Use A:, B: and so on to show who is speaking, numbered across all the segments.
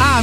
A: A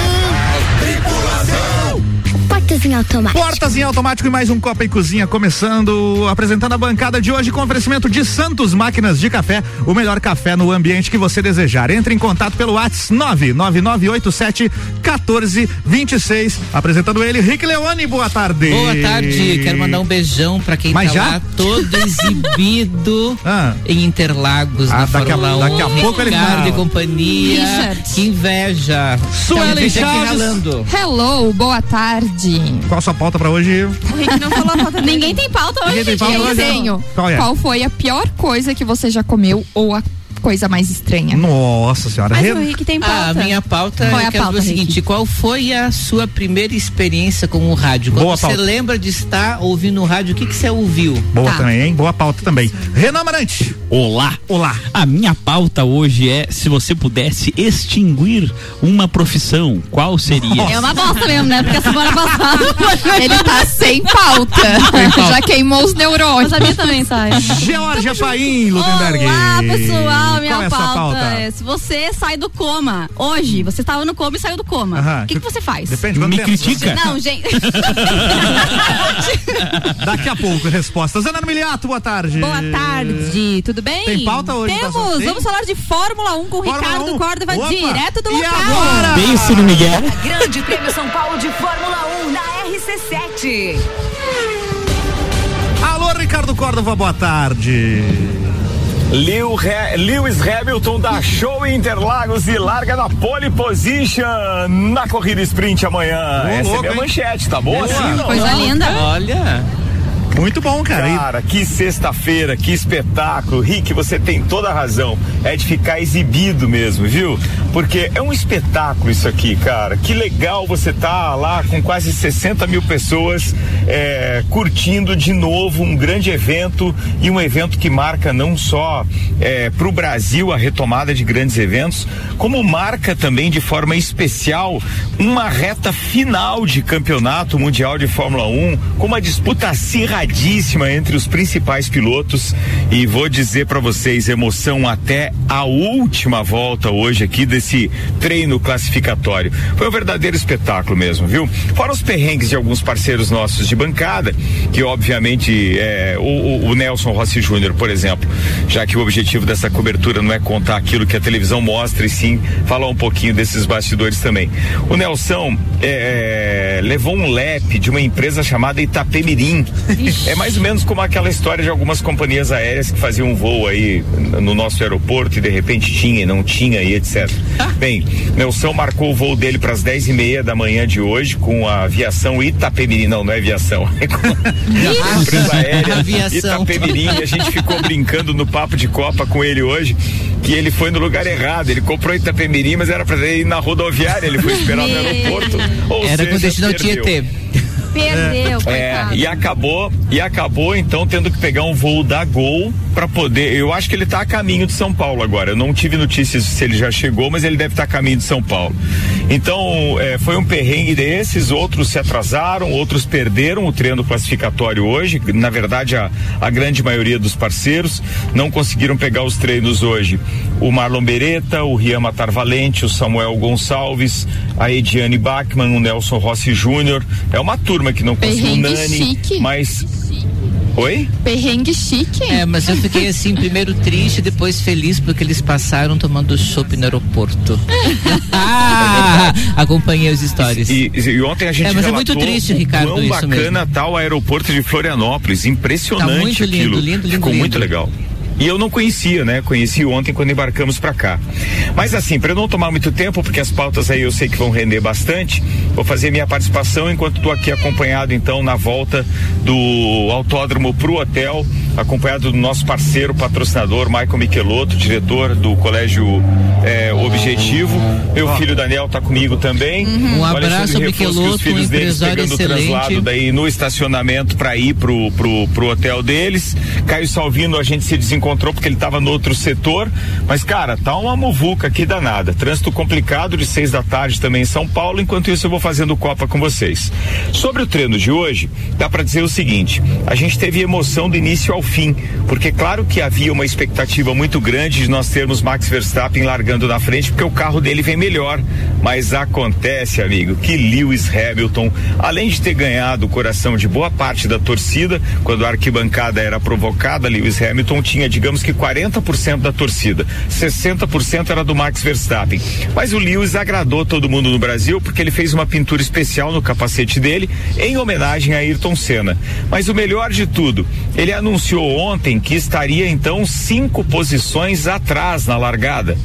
A: Portas em automático. Portas em automático e mais um Copa e Cozinha começando, apresentando a bancada de hoje com oferecimento de Santos Máquinas de Café, o melhor café no ambiente que você desejar. Entre em contato pelo WhatsApp 99987 1426. Apresentando ele, Rick Leone, boa tarde.
B: Boa tarde, quero mandar um beijão pra quem
A: Mas
B: tá
A: já?
B: lá todo exibido
A: Ah.
B: em Interlagos,
A: Ah,
B: na
A: daqui a-
B: Fórmula 1.
A: daqui a pouco ele
B: Ricardo
A: fala.
B: e companhia.
C: Richard.
B: Que inveja.
A: Suelen
B: Então, deixa aqui
A: Chaves.
B: ralando.
C: Hello, boa tarde.
A: Qual a sua pauta pra hoje?
C: Ninguém tem pauta hoje,
A: Ninguém tem
C: gente.
A: pauta
C: Eu
A: hoje,
C: tenho.
A: não. Qual é?
C: foi a pior coisa que você já comeu ou a coisa mais estranha?
A: Nossa senhora.
D: Mas
A: Re-
D: o Rick tem pauta.
B: A Ah, minha pauta
C: Qual é
B: eu
C: a
B: quero
C: pauta,
B: saber o seguinte:
C: Rick?
B: qual foi a sua primeira experiência com o rádio? Quando
A: Boa
B: você
A: pauta.
B: lembra de estar ouvindo o rádio, o que, que você ouviu?
A: Boa
C: Tá.
A: também, hein? Boa pauta também. Renan Marante.
E: Olá!
A: Olá.
E: A minha pauta hoje é se você pudesse extinguir uma profissão, qual seria?
C: É uma bosta mesmo, né? Porque semana passada ele tá sem pauta. Já queimou os neurônios.
D: Mas a minha também sai.
A: Georgia Paim, Ludenberg.
D: Olá, pessoal. Minha
A: Qual é a sua
D: pauta,
A: pauta?
D: é: se você sai do coma hoje, você estava no coma e saiu do coma.
A: Aham.
D: O que, que você faz?
A: Depende quanto
E: Me
A: tempo.
E: critica?
D: Não, gente.
A: Daqui a pouco, respostas. Ana Miliato, boa tarde.
D: Boa tarde, tudo bem?
A: Tem pauta hoje,
D: Temos,
A: Tasso? Tem?
D: vamos falar de Fórmula 1 com o
A: Fórmula
D: Ricardo
A: 1.
D: Córdova,
A: Opa.
D: direto do
A: E
D: local.
A: agora?
E: Pense no Miguel.
F: Grande Prêmio São Paulo de Fórmula 1 na RC7.
A: Alô, Ricardo Córdova, boa tarde.
G: Lewis Re- Lewis Hamilton dá show em Interlagos e larga na pole position na corrida sprint amanhã.
A: Ô,
G: Essa
A: louco,
G: é minha
A: hein?
G: manchete, tá boa? assim? não?
C: Coisa linda.
B: Olha.
A: Muito bom, cara. E-
G: Cara, que sexta-feira, que espetáculo. Rick, você tem toda a razão. É de ficar exibido mesmo, viu? Porque é um espetáculo isso aqui, cara. Que legal você tá lá com quase 60 mil pessoas é, curtindo de novo um grande evento e um evento que marca não só para o Brasil a retomada de grandes eventos, como marca também de forma especial uma reta final de campeonato mundial de Fórmula 1, com uma disputa acirradíssima entre os principais pilotos. E vou dizer para vocês, emoção até a última volta hoje aqui desse treino classificatório. Foi um verdadeiro espetáculo mesmo, viu? Fora os perrengues de alguns parceiros nossos de bancada, que obviamente é, o, o- o Nelson Rossi Júnior, por exemplo, já que o objetivo dessa cobertura não é contar aquilo que a televisão mostra e sim falar um pouquinho desses bastidores também. O Nelson é, levou um lap de uma empresa chamada Itapemirim. É mais ou menos como aquela história de algumas companhias aéreas que faziam um voo aí no nosso aeroporto e de repente tinha e não tinha e etc. Bem, Nelson marcou o voo dele para as 10 e meia da manhã de hoje com a aviação Itapemirim. Não, não é aviação. É com- empresa aérea
B: Ah, Aviação.
G: Itapemirim e a gente ficou brincando no papo de Copa com ele hoje que ele foi no lugar errado, ele comprou Itapemirim mas era pra ele ir na rodoviária, ele foi esperar no
D: Meu.
G: aeroporto ou
B: Era com
G: seja,
B: destino
G: perdeu.
B: Tietê.
D: Perdeu,
G: É,
D: coitado.
G: e acabou, e acabou então tendo que pegar um voo da Gol pra poder. Eu acho que ele tá a caminho de São Paulo agora. Eu não tive notícias se ele já chegou, mas ele deve estar a caminho de São Paulo. Então, é, foi um perrengue desses, outros se atrasaram, outros perderam o treino classificatório hoje. Na verdade, a, a grande maioria dos parceiros não conseguiram pegar os treinos hoje. O Marlon Beretta, o Rian Matar Valente, o Samuel Gonçalves, a Ediane Bachmann, o Nelson Rossi Júnior. É uma turma que não conseguiu.
C: Perrengue
G: Nani,
C: chique.
G: mas. Oi?
C: Perrengue chique.
B: É, mas eu fiquei assim, primeiro triste, depois feliz, porque eles passaram tomando chopp no aeroporto. ah, acompanhei os stories.
G: E, e ontem a gente
B: É, mas é
G: relatou
B: muito triste,
G: o
B: Ricardo,
G: quão
B: isso
G: bacana tá o aeroporto de Florianópolis. Impressionante
B: Tá muito lindo,
G: aquilo.
B: lindo, lindo,
G: Ficou
B: lindo.
G: muito legal. E eu não conhecia, né? Conheci ontem quando embarcamos pra cá. Mas assim, pra eu não tomar muito tempo, porque as pautas aí eu sei que vão render bastante, vou fazer minha participação enquanto tô aqui acompanhado então na volta do autódromo pro hotel, acompanhado do nosso parceiro, patrocinador, Michael Michelotto, diretor do Colégio eh, Objetivo. Meu filho Daniel tá comigo também.
B: Um
G: O
B: abraço,
G: Alexandre Refosco e os
B: Michelotto,
G: filhos
B: um
G: deles
B: empresário
G: pegando o
B: excelente.
G: Translado daí no estacionamento para ir pro, pro, pro hotel deles. Caio Salvino, a gente se desencontrou encontrou porque ele tava no outro setor. Mas, cara, tá uma muvuca aqui danada. Trânsito complicado de seis da tarde também em São Paulo. Enquanto isso, eu vou fazendo Copa com vocês. Sobre o treino de hoje, dá pra dizer o seguinte: a gente teve emoção do início ao fim, porque, claro que havia uma expectativa muito grande de nós termos Max Verstappen largando na frente, porque o carro dele vem melhor. Mas acontece, amigo, que Lewis Hamilton, além de ter ganhado o coração de boa parte da torcida, quando a arquibancada era provocada, Lewis Hamilton tinha, digamos que 40% da torcida, 60% era do Max Verstappen. Mas o Lewis agradou todo mundo no Brasil porque ele fez uma pintura especial no capacete dele em homenagem a Ayrton Senna. Mas o melhor de tudo, ele anunciou ontem que estaria então cinco posições atrás na largada.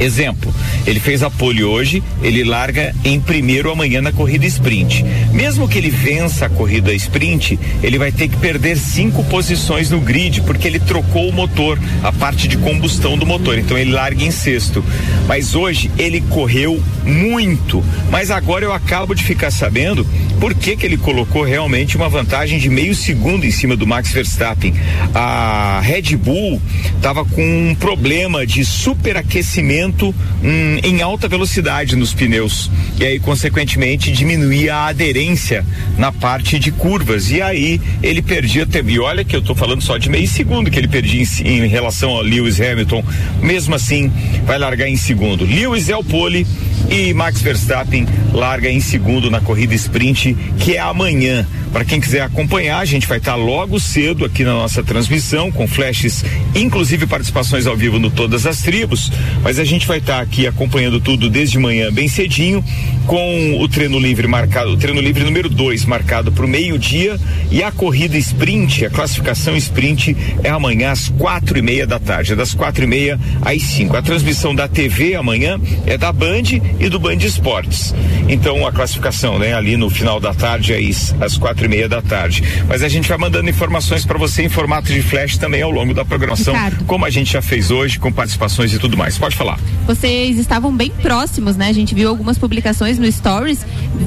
G: Exemplo, ele fez a pole hoje, ele larga em primeiro amanhã na corrida sprint. Mesmo que ele vença a corrida sprint, ele vai ter que perder cinco posições no grid, porque ele trocou o motor, a parte de combustão do motor. Então ele larga em sexto. Mas hoje ele correu muito. Mas agora eu acabo de ficar sabendo por que, que ele colocou realmente uma vantagem de meio segundo em cima do Max Verstappen. A Red Bull estava com um problema de superaquecimento Hum, em alta velocidade nos pneus e aí consequentemente diminuía a aderência na parte de curvas e aí ele perdia tempo e olha que eu estou falando só de meio segundo que ele perdia em, em relação ao Lewis Hamilton mesmo assim vai largar em segundo Lewis é o pole e Max Verstappen larga em segundo na corrida sprint que é amanhã para quem quiser acompanhar, a gente vai estar tá logo cedo aqui na nossa transmissão, com flashes, inclusive participações ao vivo no Todas as Tribos. Mas a gente vai estar tá aqui acompanhando tudo desde manhã, bem cedinho, com o treino livre marcado, o treino livre número 2 marcado para o meio-dia. E a corrida sprint, a classificação sprint, é amanhã às quatro e meia da tarde, é das quatro e meia às cinco. A transmissão da TV amanhã é da Band e do Band Esportes. Então a classificação, né, ali no final da tarde, às, às quatro e meia da tarde. Mas a gente vai mandando informações para você em formato de flash também ao longo da programação,
C: Ricardo.
G: como a gente já fez hoje, com participações e tudo mais. Pode falar.
C: Vocês estavam bem próximos, né? A gente viu algumas publicações no Stories.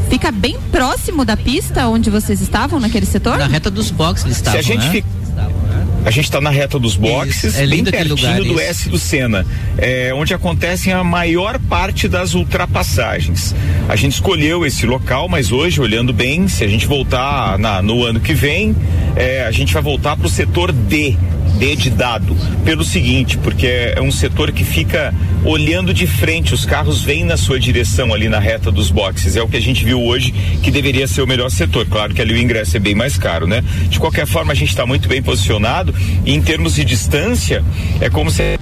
C: Fica bem próximo da pista onde vocês estavam, naquele setor?
B: Na reta dos boxes eles
G: Se
B: estavam,
G: a gente
B: né?
G: fica. A gente está na reta dos boxes,
B: Isso, é lindo
G: bem
B: aquele
G: pertinho
B: lugar,
G: do
B: isso.
G: S do Senna, é, onde acontecem a maior parte das ultrapassagens. A gente escolheu esse local, mas hoje, olhando bem, se a gente voltar na- no ano que vem, é, a gente vai voltar para o setor D, D de dado, pelo seguinte, porque é, é um setor que fica olhando de frente, os carros vêm na sua direção ali na reta dos boxes, é o que a gente viu hoje que deveria ser o melhor setor, claro que ali o ingresso é bem mais caro, né? De qualquer forma, a gente está muito bem posicionado e em termos de distância, é como se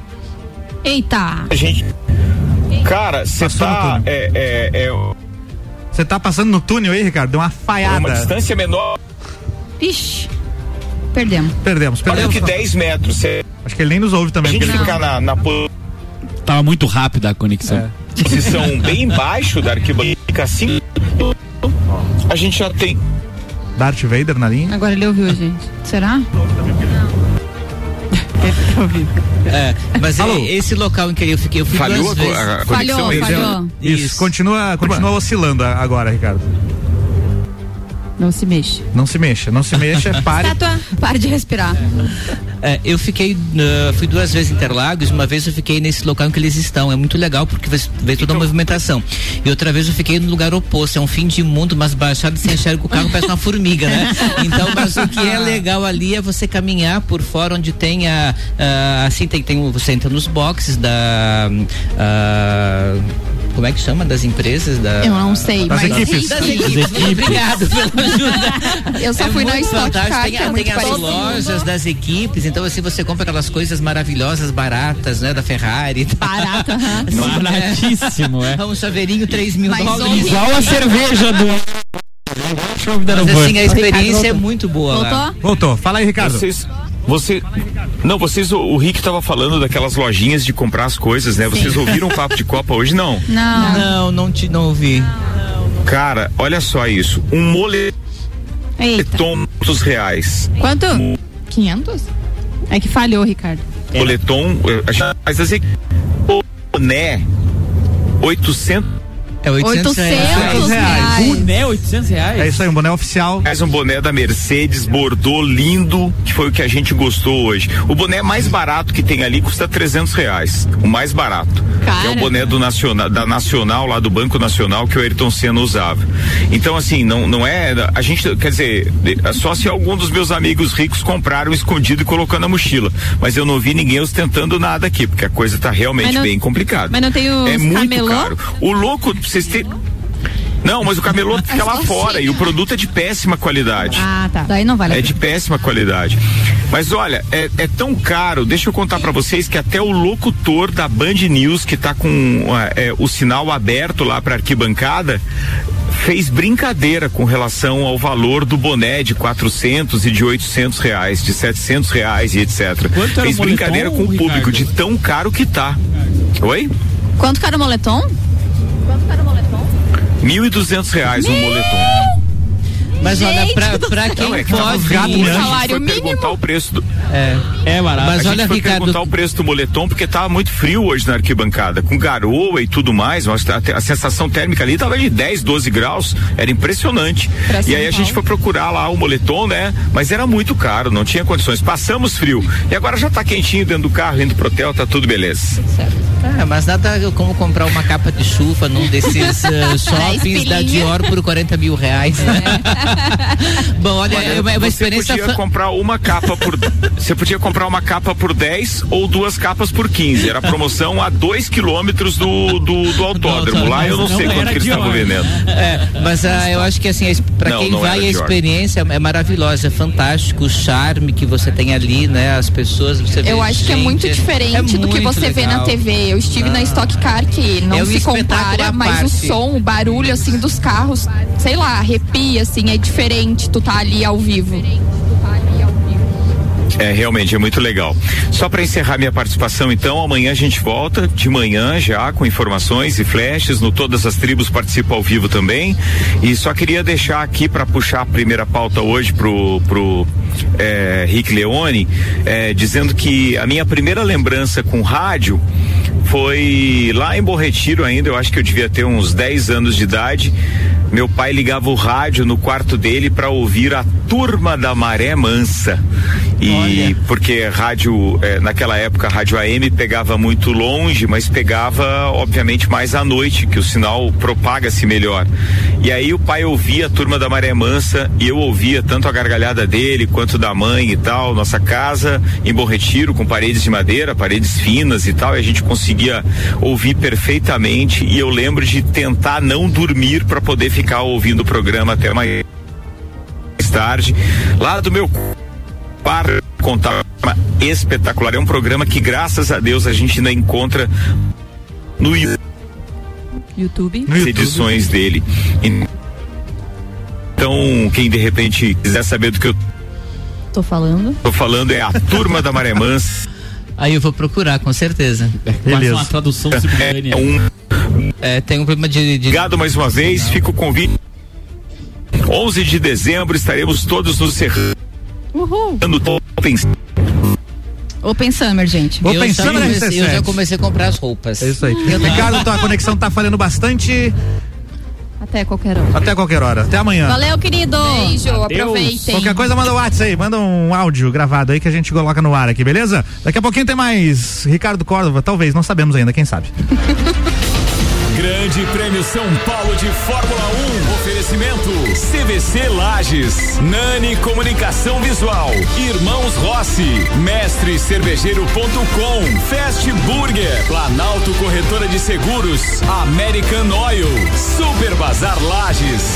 D: Eita!
G: a gente... Cara, você
A: Passou no
G: tá...
A: túnel.
G: É, é, é
A: Você tá passando no túnel aí, Ricardo? Deu uma
G: uma
A: falhada.
G: distância menor
D: Ixi! Perdemos.
A: Perdemos,
G: do
A: perdemos.
G: que 10 metros, Cê-
A: Acho que ele nem nos ouve
G: a
A: também.
G: gente
A: porque ele-
G: ficar na, na po-
E: Tava muito rápida a conexão.
A: É.
G: posição bem embaixo da arquibancada, assim, a gente já tem...
A: Darth Vader na linha.
C: Agora ele ouviu, gente. Será? Ele tá ouvindo.
B: É, mas
A: Alô?
B: e- esse local em que eu fiquei, eu fui
G: Falhou
B: duas vezes.
G: a, a conexão
D: Falhou,
G: aí, né?
D: falhou.
A: Isso,
B: Isso.
A: continua, continua oscilando a- agora, Ricardo.
C: Não se mexe.
A: Não se mexa, não se mexa, pare.
D: Tátua, para de respirar.
B: É, eu fiquei, ah, fui duas vezes em Interlagos, uma vez eu fiquei nesse local em que eles estão, é muito legal porque você vê toda a movimentação. E outra vez eu fiquei no lugar oposto, é um fim de mundo, mas baixado, você enxerga o carro, parece uma formiga, né? Então, mas o que é legal ali é você caminhar por fora onde tem a, ah, assim, tem, tem, o- você entra nos boxes da, ah, como é que chama, das empresas, da...
C: Eu não sei,
A: Das
C: mas
A: equipes.
B: Das equipes. Obrigado pela ajuda.
C: Eu só
B: É
C: fui na
B: muito
C: Stock
B: fantástico.
C: Car,
B: Tem,
C: que é muito
B: tem as
C: parecido.
B: lojas das equipes, então assim você compra aquelas coisas maravilhosas, baratas, né? Da Ferrari. e tal.
D: Barata, aham.
E: Baratíssimo, é.
B: É um chaveirinho, 3 mil
D: Mas
B: dólares.
D: ontem-
E: Igual a cerveja do.
B: Mas assim, a experiência
C: Ricardo,
B: é muito boa lá.
D: Voltou?
A: Voltou, fala aí, Ricardo.
G: Vocês. Você. Não, vocês. O, o Rick tava falando daquelas lojinhas de comprar as coisas, né? Vocês ouviram o papo de Copa hoje? Não.
D: Não.
B: Não, não te não ouvi.
G: Cara, olha só isso. Um moletom
D: Eita.
G: dos reais.
C: Quanto? 500? É que falhou, Ricardo.
B: É.
G: Moletom. eh, a gente faz assim. Boné. 800
B: É
D: 800
B: 800, reais.
D: reais.
H: Boné, 800 reais?
A: É isso aí, um boné oficial.
G: Mais um boné da Mercedes, bordô lindo, que foi o que a gente gostou hoje. O boné mais barato que tem ali custa 300 reais. O mais barato.
D: Cara.
G: É o boné do nacional, da Nacional, lá do Banco Nacional, que o Ayrton Senna usava. Então, assim, não, não é. A gente, quer dizer, é só se algum dos meus amigos ricos compraram escondido e colocando na mochila. Mas eu não vi ninguém ostentando nada aqui, porque a coisa tá realmente
C: Mas não-
G: bem complicada.
C: mas não tem os
G: É muito
C: camelô?
G: caro. O louco, vocês têm. Não, mas o camelô fica lá fora e o produto é de péssima qualidade.
C: Ah, tá.
D: Daí não vale a
G: É
D: pena.
G: de péssima qualidade. Mas olha, é, é tão caro, deixa eu contar pra vocês que até o locutor da Band News, que tá com ah, é, o sinal aberto lá pra arquibancada, fez brincadeira com relação ao valor do boné de 400 e de 800 reais, de 700 reais e etc.
E: Quanto era o
G: fez
E: moletom,
G: brincadeira com o público
E: Ricardo?
G: de tão caro que tá. Oi?
D: Quanto cara o moletom? Quanto cara o moletom?
G: R$ reais um moletom.
B: Mas olha,
D: Gente
B: pra, pra quem
G: Não, é que tava
B: pode.
G: rasgado, né? A gente
D: salário
G: foi
D: mínimo.
G: perguntar o preço do,
B: É.
E: É barato.
B: Mas
G: a
B: olha,
G: gente foi
B: Ricardo,
G: perguntar o preço do moletom porque tava muito frio hoje na arquibancada, com garoa e tudo mais, mas a, a sensação térmica ali tava de 10, 12 graus, era impressionante.
C: Pra
G: e
C: São
G: aí a
C: Paulo.
G: gente foi procurar lá o moletom, né? Mas era muito caro, não tinha condições. Passamos frio. E agora já tá quentinho dentro do carro, indo pro hotel, tá tudo beleza.
B: Ah, mas nada como comprar uma capa de chuva num desses
D: Ah,
B: eh, shoppings da
D: pilinha.
B: Dior por 40 mil reais. né? Bom, olha, é uma, é uma
G: você
B: experiência.
G: podia
B: fa-
G: comprar uma capa por você podia comprar uma capa por 10 ou duas capas por 15. Era a promoção a 2 quilômetros do, do, do autódromo. Lá eu não,
E: autódromo,
G: sei
E: não
G: quanto
E: era
G: que eles estavam
E: Dior.
G: vendendo.
B: É, mas ah, eu acho que assim, a ex- pra
G: Não,
B: quem
G: não
B: vai,
G: era
B: a
G: Dior.
B: experiência é maravilhosa, é fantástico o charme que você tem ali, né? As pessoas, você vê,
I: Eu acho que é
B: gente,
I: muito diferente
B: é
I: do que
B: muito
I: você vê na
B: legal.
I: TV. Eu estive na Stock Car que não
B: É um
I: se
B: espetáculo à
I: compara, mas
B: parte.
I: o som, o barulho assim dos carros, sei lá, arrepia assim, é diferente tu tá ali ao vivo.
G: É, realmente, é muito legal. Só para encerrar minha participação, então, amanhã a gente volta, de manhã já, com informações e flashes, no Todas as Tribos participa ao vivo também. E só queria deixar aqui para puxar a primeira pauta hoje pro, pro é, Rick Leone, é, dizendo que a minha primeira lembrança com rádio foi lá em Borretiro ainda, eu acho que eu devia ter uns 10 anos de idade. Meu pai ligava o rádio no quarto dele para ouvir a turma da Maré Mansa. E porque rádio, eh, naquela época, a rádio AM pegava muito longe, mas pegava, obviamente, mais à noite, que o sinal propaga-se melhor. E aí o pai ouvia a turma da Maré Mansa e eu ouvia tanto a gargalhada dele quanto da mãe e tal. Nossa casa em Bom Retiro, com paredes de madeira, paredes finas e tal, e a gente conseguia ouvir perfeitamente. E eu lembro de tentar não dormir para poder ficar ouvindo o programa até mais tarde. Lá do meu para contar uma espetacular. É um programa que, graças a Deus, a gente ainda encontra no YouTube
C: YouTube.
A: No
G: as
A: YouTube.
G: edições dele. Então, quem de repente quiser saber do que eu
D: Tô falando.
G: tô falando é a turma da Maré Mansa.
B: Aí eu vou procurar, com certeza.
E: Faz
A: É, Beleza.
E: uma tradução
G: É
E: simultânea.
G: um
B: É, tem um problema de. de...
G: Obrigado mais uma vez, fica o convite. 11 de dezembro estaremos todos Então, no Serrano
D: Uhul.
G: Open.
D: Open Summer, gente.
A: Vou
B: eu, já
A: pensando na
B: comecei, eu já
A: RC7.
B: comecei a comprar as roupas.
A: É isso aí. Ricardo, tua conexão tá falhando bastante.
C: Até qualquer hora.
A: Até qualquer hora. Até amanhã.
D: Valeu, querido.
I: Beijo, aproveitem.
A: Qualquer coisa, manda o WhatsApp aí, manda um áudio gravado aí que a gente coloca no ar aqui, beleza? Daqui a pouquinho tem mais Ricardo Córdova, talvez, não sabemos ainda, quem sabe.
J: Grande Prêmio São Paulo de Fórmula 1. Oferecimento CVC Lages, Nani Comunicação Visual, Irmãos Rossi, Mestre Cervejeiro.com, Fast Burger, Planalto Corretora de Seguros, American Oil, Super Bazar Lages.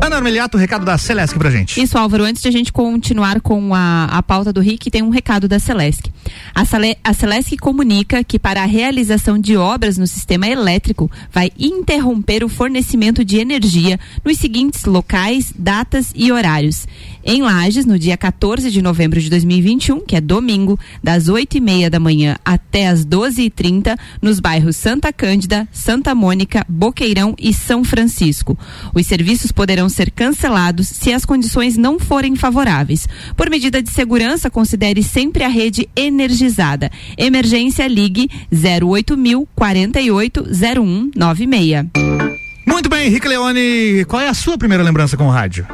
A: Ana Armeliato, recado da Celesc pra gente.
C: Isso, Álvaro, antes de a gente continuar com a, a pauta do RIC, tem um recado da Celesc. A, Sale, a Celesc comunica que para a realização de obras no sistema elétrico, vai interromper o fornecimento de energia nos seguintes locais, datas e horários. em Lages, no dia 14 de novembro de 2021, que é domingo, das 8h30 da manhã até as 12h30, nos bairros Santa Cândida, Santa Mônica, Boqueirão e São Francisco. Os serviços poderão ser cancelados se as condições não forem favoráveis. Por medida de segurança, considere sempre a rede energizada. Emergência Ligue 08000 480196.
A: Muito bem, Henrique Leone, qual é a sua primeira lembrança com o rádio?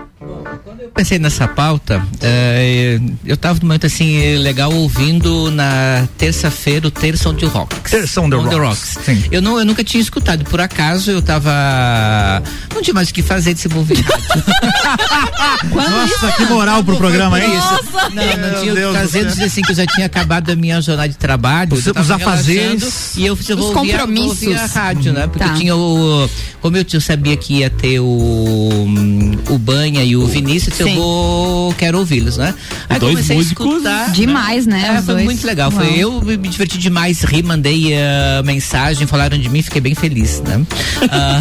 B: Eu pensei nessa pauta, eh, eu tava no momento assim, eh, legal ouvindo na terça-feira o Terça on the Rocks.
A: Terça on the Rocks, sim.
B: Eu, não, eu nunca tinha escutado, por acaso eu tava. Não tinha mais o que fazer de se envolver.
A: Nossa, que moral pro programa, hein?
B: Nossa, não,
A: Meu
B: não tinha o
A: Deus
B: que
A: do
B: fazer,
A: céu.
B: dizer assim que eu já tinha acabado a minha jornada de trabalho.
A: Os-
B: eu tava
A: os afazeres.
B: relaxando E eu, eu
A: Os
B: vou ouvir, a- vou ouvir a
A: compromissos.
B: rádio, né? Porque
A: Tá.
B: tinha o. Como eu, tinha- eu sabia que ia ter o. O Banha e o Vinícius, eu
D: Sim.
B: vou. Quero ouvi-los, né? Aí
D: Dois
B: comecei a
D: músicos,
B: escutar.
D: Demais, né,
B: É,
D: os
B: foi
D: dois.
B: muito legal. Foi
D: Uau.
B: eu me diverti demais, ri, mandei eh, mensagem, falaram de mim, fiquei bem feliz, né? Ah,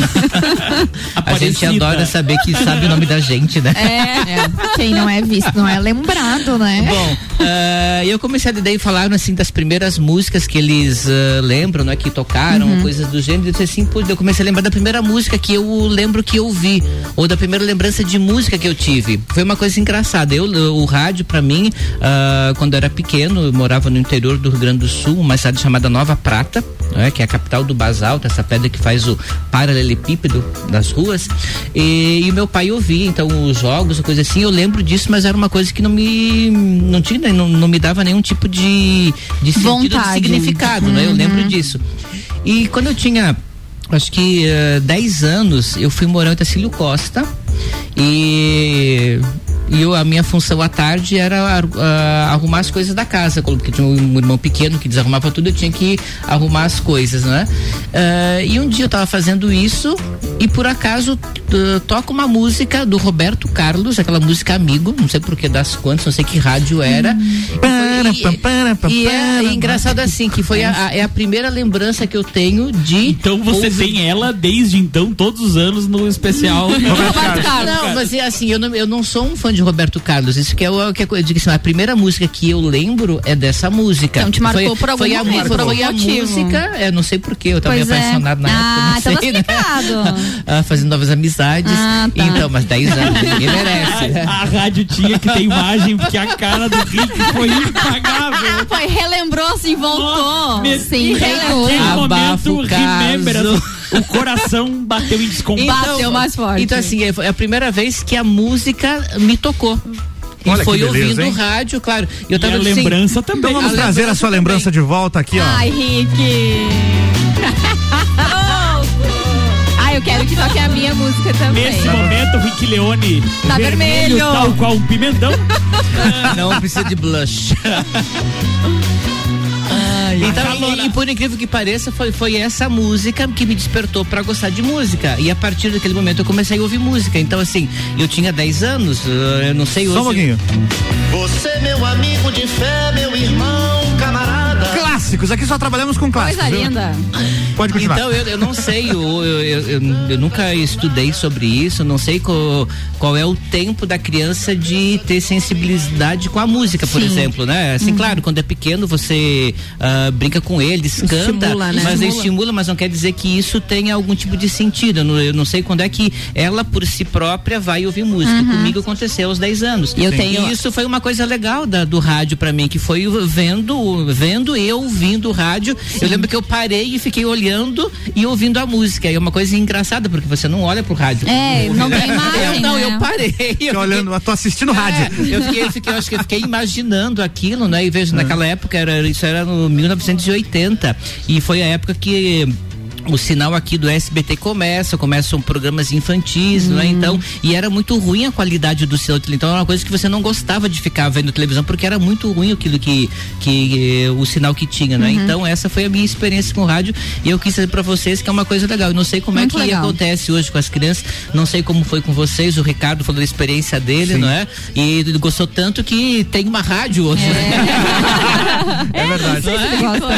B: a gente
D: Aparecida.
B: adora saber que sabe o nome da gente, né?
H: É, quem não é visto não é lembrado, né?
B: Bom, ah, eu comecei a daí falaram assim das primeiras músicas que eles ah, lembram, né? Que tocaram,
H: Uhum.
B: coisas do gênero. Eu disse assim, pô, eu comecei a lembrar da primeira música que eu lembro que eu ouvi, ou da primeira lembrança de música que eu tive. Foi uma coisa engraçada. Eu, o rádio, pra mim, ah, quando eu era pequeno, eu morava no interior do Rio Grande do Sul, uma cidade chamada Nova Prata, né, que é a capital do basalto, essa pedra que faz o paralelepípedo das ruas. E, e o meu pai ouvia, então, os jogos, coisa assim. Eu lembro disso, mas era uma coisa que não me. não tinha, né, não, não me dava nenhum tipo de, de sentido, de
H: Vontade.
B: significado, né? Eu lembro disso. E quando eu tinha. Acho que eh, 10 anos eu fui morar em Tacílio Costa e, e eu, a minha função à tarde era ar- ah, arrumar as coisas da casa, como- porque tinha um irmão pequeno que desarrumava tudo, eu tinha que arrumar as coisas, né? Ah, e um dia eu tava fazendo isso e por acaso t- toca uma música do Roberto Carlos, aquela música Amigo, não sei por que das quantas, não sei que rádio era. E, foi- e- e é engraçado assim, que foi a, a- é a primeira lembrança que eu tenho de.
E: Então você tem ela desde então, todos os anos, no especial.
B: Não, mas é assim, eu não, eu não sou um fã de Roberto Carlos. Isso que é o que é, co- eu digo assim, a primeira música que eu lembro é dessa música.
D: Então te marcou
B: foi,
D: por algum
B: foi a, mu-
D: momento,
B: foi
D: por algum
B: a
D: motivo.
B: música, é, não sei porquê, eu tava
D: Pois
B: meio
D: é.
B: apaixonado na
D: Ah, então Ah,
B: época, não
D: tá
B: sei, né?
D: explicado.
B: Ah, fazendo novas amizades.
D: tá.
B: Então, mas 10 anos, ninguém merece. né?
E: A rádio tinha que ter imagem, porque a cara do Rick foi impagável.
D: Foi, relembrou assim, voltou.
E: Me-
D: Sim, voltou.
E: Naquele
B: Abafo
E: momento, remember,
B: caso.
E: assim, o coração bateu em desconforto.
B: Então, Então, assim, é- foi a primeira vez que a música me tocou. E
A: Olha que
B: foi
A: beleza,
B: ouvindo
A: hein?
B: rádio, claro. Eu
A: E
B: tava
A: a
B: assim,
A: lembrança também. Então vamos trazer a sua lembrança de volta aqui, ó.
D: Ai, Rick.
C: Ah, eu quero que toque a minha música também.
E: Nesse momento, o Rick Leone
C: Tá vermelho.
E: tal qual um pimentão.
B: Não precisa de blush. Então, e, e por incrível que pareça, foi, foi essa música que me despertou pra gostar de música. E a partir daquele momento eu comecei a ouvir música. Então, assim, eu tinha 10 anos, uh, eu não sei hoje.
A: Só um pouquinho.
K: Você, meu amigo de fé, meu irmão, camarada.
A: Clássicos, aqui só trabalhamos com clássicos. viu? Pode continuar.
B: Então, eu, eu não sei, eu, eu, eu- eu- eu nunca estudei sobre isso, não sei co- qual é o tempo da criança de ter sensibilidade com a música, por
D: Sim. Uhum.
B: exemplo, né? Assim, claro, quando é pequeno você ah, brinca com eles, canta,
D: Estimula, né?
B: mas
D: Estimula.
B: estimula, mas não quer dizer que isso tenha algum tipo de sentido. Eu não, eu não sei quando é que ela por si própria vai ouvir música.
D: Uhum.
B: Comigo aconteceu aos 10 anos.
D: E eu tenho-
B: E isso foi uma coisa legal da- do rádio pra mim, que foi o- vendo, vendo e ouvindo o rádio. Eu lembro que eu parei e fiquei olhando e ouvindo a música. E é uma coisa engraçada, porque você não olha pro rádio.
D: É, não tem
B: Eu,
D: imagem,
B: não,
D: né?
B: eu parei. Eu
A: olhando, eu tô assistindo rádio.
B: Eu fiquei, eu fiquei- eu acho que eu fiquei imaginando aquilo, né? E vejo, naquela época, era, isso era no 1980. E foi a época que. O sinal aqui do SBT começa, começam programas infantis, não é? Então, e era muito ruim a qualidade do sinal. Então, era uma coisa que você não gostava de ficar vendo televisão, porque era muito ruim aquilo que, que eh, o sinal que tinha, né?
D: Uhum.
B: Então, essa foi a minha experiência com o rádio e eu quis dizer pra vocês que é uma coisa legal. Eu não sei como
D: Muito
B: é que
D: legal.
B: acontece hoje com as crianças, não sei como foi com vocês. O Ricardo falou da experiência dele, não é? E ele gostou tanto que tem uma rádio hoje. né?
A: É verdade.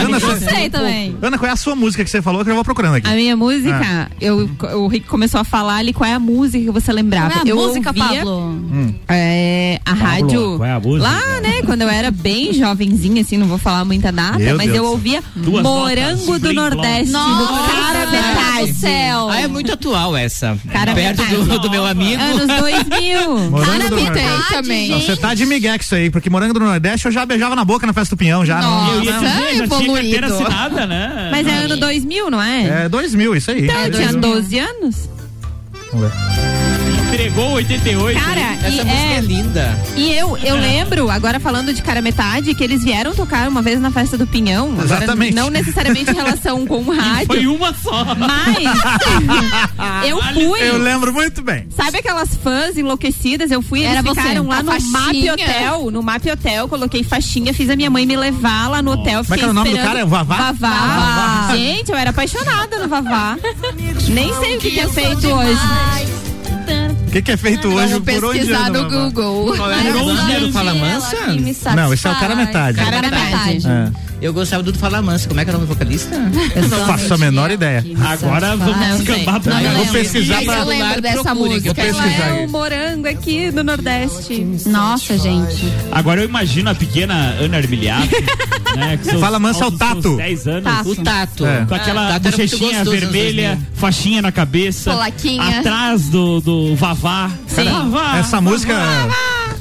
D: Eu não sei também.
L: Tá
A: Ana, qual é a sua música que você falou que eu vou procurando aqui. Ah.
C: A minha
L: Ah.
C: música, eu, o Rick começou a falar ali qual é a música que você lembrava.
D: Qual é a
C: eu
D: música,
C: ouvia,
D: Pablo?
A: Hum.
C: É, a
L: Pablo,
C: rádio.
L: qual é a música?
C: Lá, né? Quando eu era bem jovenzinha, assim, não vou falar muita data,
L: Meu
C: mas
L: Deus
C: eu
L: do céu.
C: ouvia
L: Duas
C: Morango
L: notas, blim,
C: do
L: blom.
C: Nordeste, do
D: Nossa, é
C: Cara Metade.
D: do céu.
B: Ah, é muito atual essa.
C: Cara,
B: Perto do, do meu amigo.
C: Anos 2000.
A: Morango do
I: Tem
A: Nordeste.
I: também.
A: Não, Você tá de migué com isso aí, porque morango do Nordeste eu já beijava na boca na festa do Pinhão, já. né?
I: Nossa,
A: não, não.
I: é evoluído.
E: né?
C: Mas é ano 2000, não é?
A: É 2000, isso aí.
C: Então,
A: É
C: eu tinha
A: 2000.
C: 12 anos.
A: Vamos ver.
E: Entregou 88.
C: Cara,
B: essa
C: e
B: música é,
C: é-
B: linda.
C: E eu,
A: Ah.
C: eu lembro, agora falando de cara metade, que eles vieram tocar uma vez na festa do Pinhão. Agora,
A: Exatamente.
C: não necessariamente em relação com o rádio.
E: Foi uma só. Ah,
C: Mas eu fui.
A: Eu lembro muito bem.
C: Sabe aquelas fãs enlouquecidas? Eu fui, eles
I: Era você,
C: ficaram lá
I: a
C: no
I: faixinha.
C: Map Hotel. No Map Hotel, coloquei faixinha, fiz a minha mãe me levar lá no hotel.
A: Como é que
C: fiquei
A: era o nome do
C: esperando.
A: cara? É o Vavá?
C: Vavá.
A: Vavá.
C: Gente, eu era apaixonada no Vavá. Nem sei o que, que é feito hoje.
A: O que, que é feito hoje?
I: Vamos
A: Por onde
I: pesquisar
A: anda,
I: no
A: babá?
I: Google.
B: Qual era o nome do Falamansa?
A: Não, esse é o cara metade.
B: Cara
C: Cara
B: metade.
C: metade.
A: É.
B: Eu gostava do Dudu Falamansa. Como é que era o nome do vocalista?
A: Faço a menor ideia.
E: Agora vamos
I: Não sei.
E: descambar pra
I: Não me
A: Eu vou
I: lembro.
A: pesquisar
I: Mas
A: pra-
I: eu lembro dessa
B: Procure, que eu
I: música.
A: pesquiso.
I: Ela
C: Ela
A: Pesquisar
C: é
A: isso.
C: um morango aqui do Nordeste.
D: Nossa, gente.
E: Agora eu imagino a pequena Ana Armiliato. né, com seus
A: Fala, mansa, é
E: altos
A: o Tato.
E: seus 10 anos.
B: O Tato.
A: É.
E: Com aquela
B: Tato era muito
E: bochechinha
B: gostoso né? nos
E: vermelha,
B: 2000.
E: faixinha na cabeça.
I: Plaquinha.
E: Atrás do, do Vavá.
A: Cara,
E: Vavá.
A: Essa música.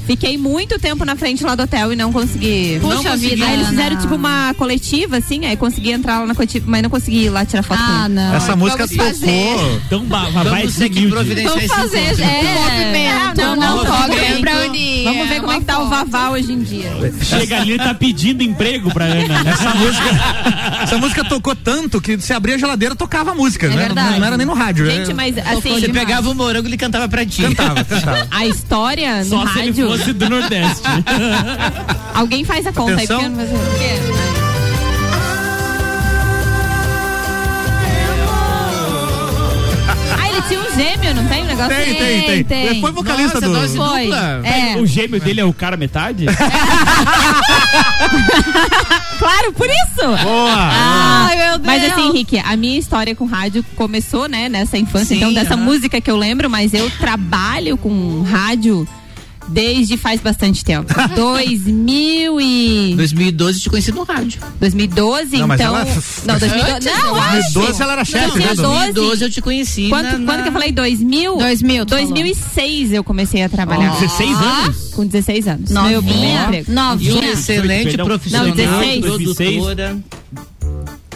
C: Fiquei muito tempo na frente lá do hotel e não consegui.
D: Puxa
C: não consegui.
D: vida,
C: Aí eles fizeram
D: Ana.
C: tipo uma coletiva, assim, aí consegui entrar lá na coletiva, mas não consegui ir lá tirar foto. com
D: Ah,
C: ele.
D: não.
B: então
A: Essa música
I: vamos fazer.
A: tocou.
E: Então, ba- Vavá é
B: Vamos ter que
E: desumilde.
B: providenciar
D: Vamos
B: esse
D: fazer,
C: é.
B: encontro.
D: gente.
I: Movimento,
C: não, não,
I: uma
C: vamos
I: foto
C: ver.
I: pra unir.
C: tá Vamos ver como é que tá o
I: Uma foto.
C: Vavá hoje em dia.
E: Chega ali e tá pedindo emprego pra Ana. né?
A: Essa música, essa música tocou tanto que se abria a geladeira tocava a música, né? Não- Não,
C: É verdade.
A: era nem no rádio. né?
C: Gente, mas assim,
B: Você pegava o morango e ele cantava pra ti.
A: Cantava, cantava.
C: a história no
E: Só se ele
C: rádio.
E: fosse do Nordeste.
C: Alguém faz a conta
A: Atenção.
C: aí, porque eu não vou fazer. Ah, ele tinha um gêmeo, não tem um negócio?
A: Tem, tem, tem. Ele Foi vocalista
B: Nossa,
A: do.
B: nós-
C: Foi.
B: Dupla.
C: É.
E: O gêmeo dele é o cara metade?
C: Claro, por isso!
A: Boa!
C: Ai,
I: meu Deus.
C: Mas assim, Henrique, a minha história com rádio começou, né, nessa infância,
B: Sim,
C: então dessa
B: aham.
C: música que eu lembro, mas eu trabalho com rádio desde faz bastante tempo. 2000 e
B: 2012 te conheci no rádio.
C: 2012,
A: Não, mas
C: então.
A: ela-
C: Não, 2012. Não, antes.
A: 2012 ela era chefe, né? do-
C: 2012.
B: 2012 eu te conheci.
C: Quanto,
B: na- na-
C: quando que eu falei? 2000?
I: 2000, tu
C: 2006 eu comecei a trabalhar. Ah,
E: 16 anos?
C: Com 16 anos. Meu primeiro
D: Novinha.
C: emprego.
B: E um
D: Novinha.
B: excelente
E: Perdão.
B: profissional,
C: Não, 16.
B: produtora.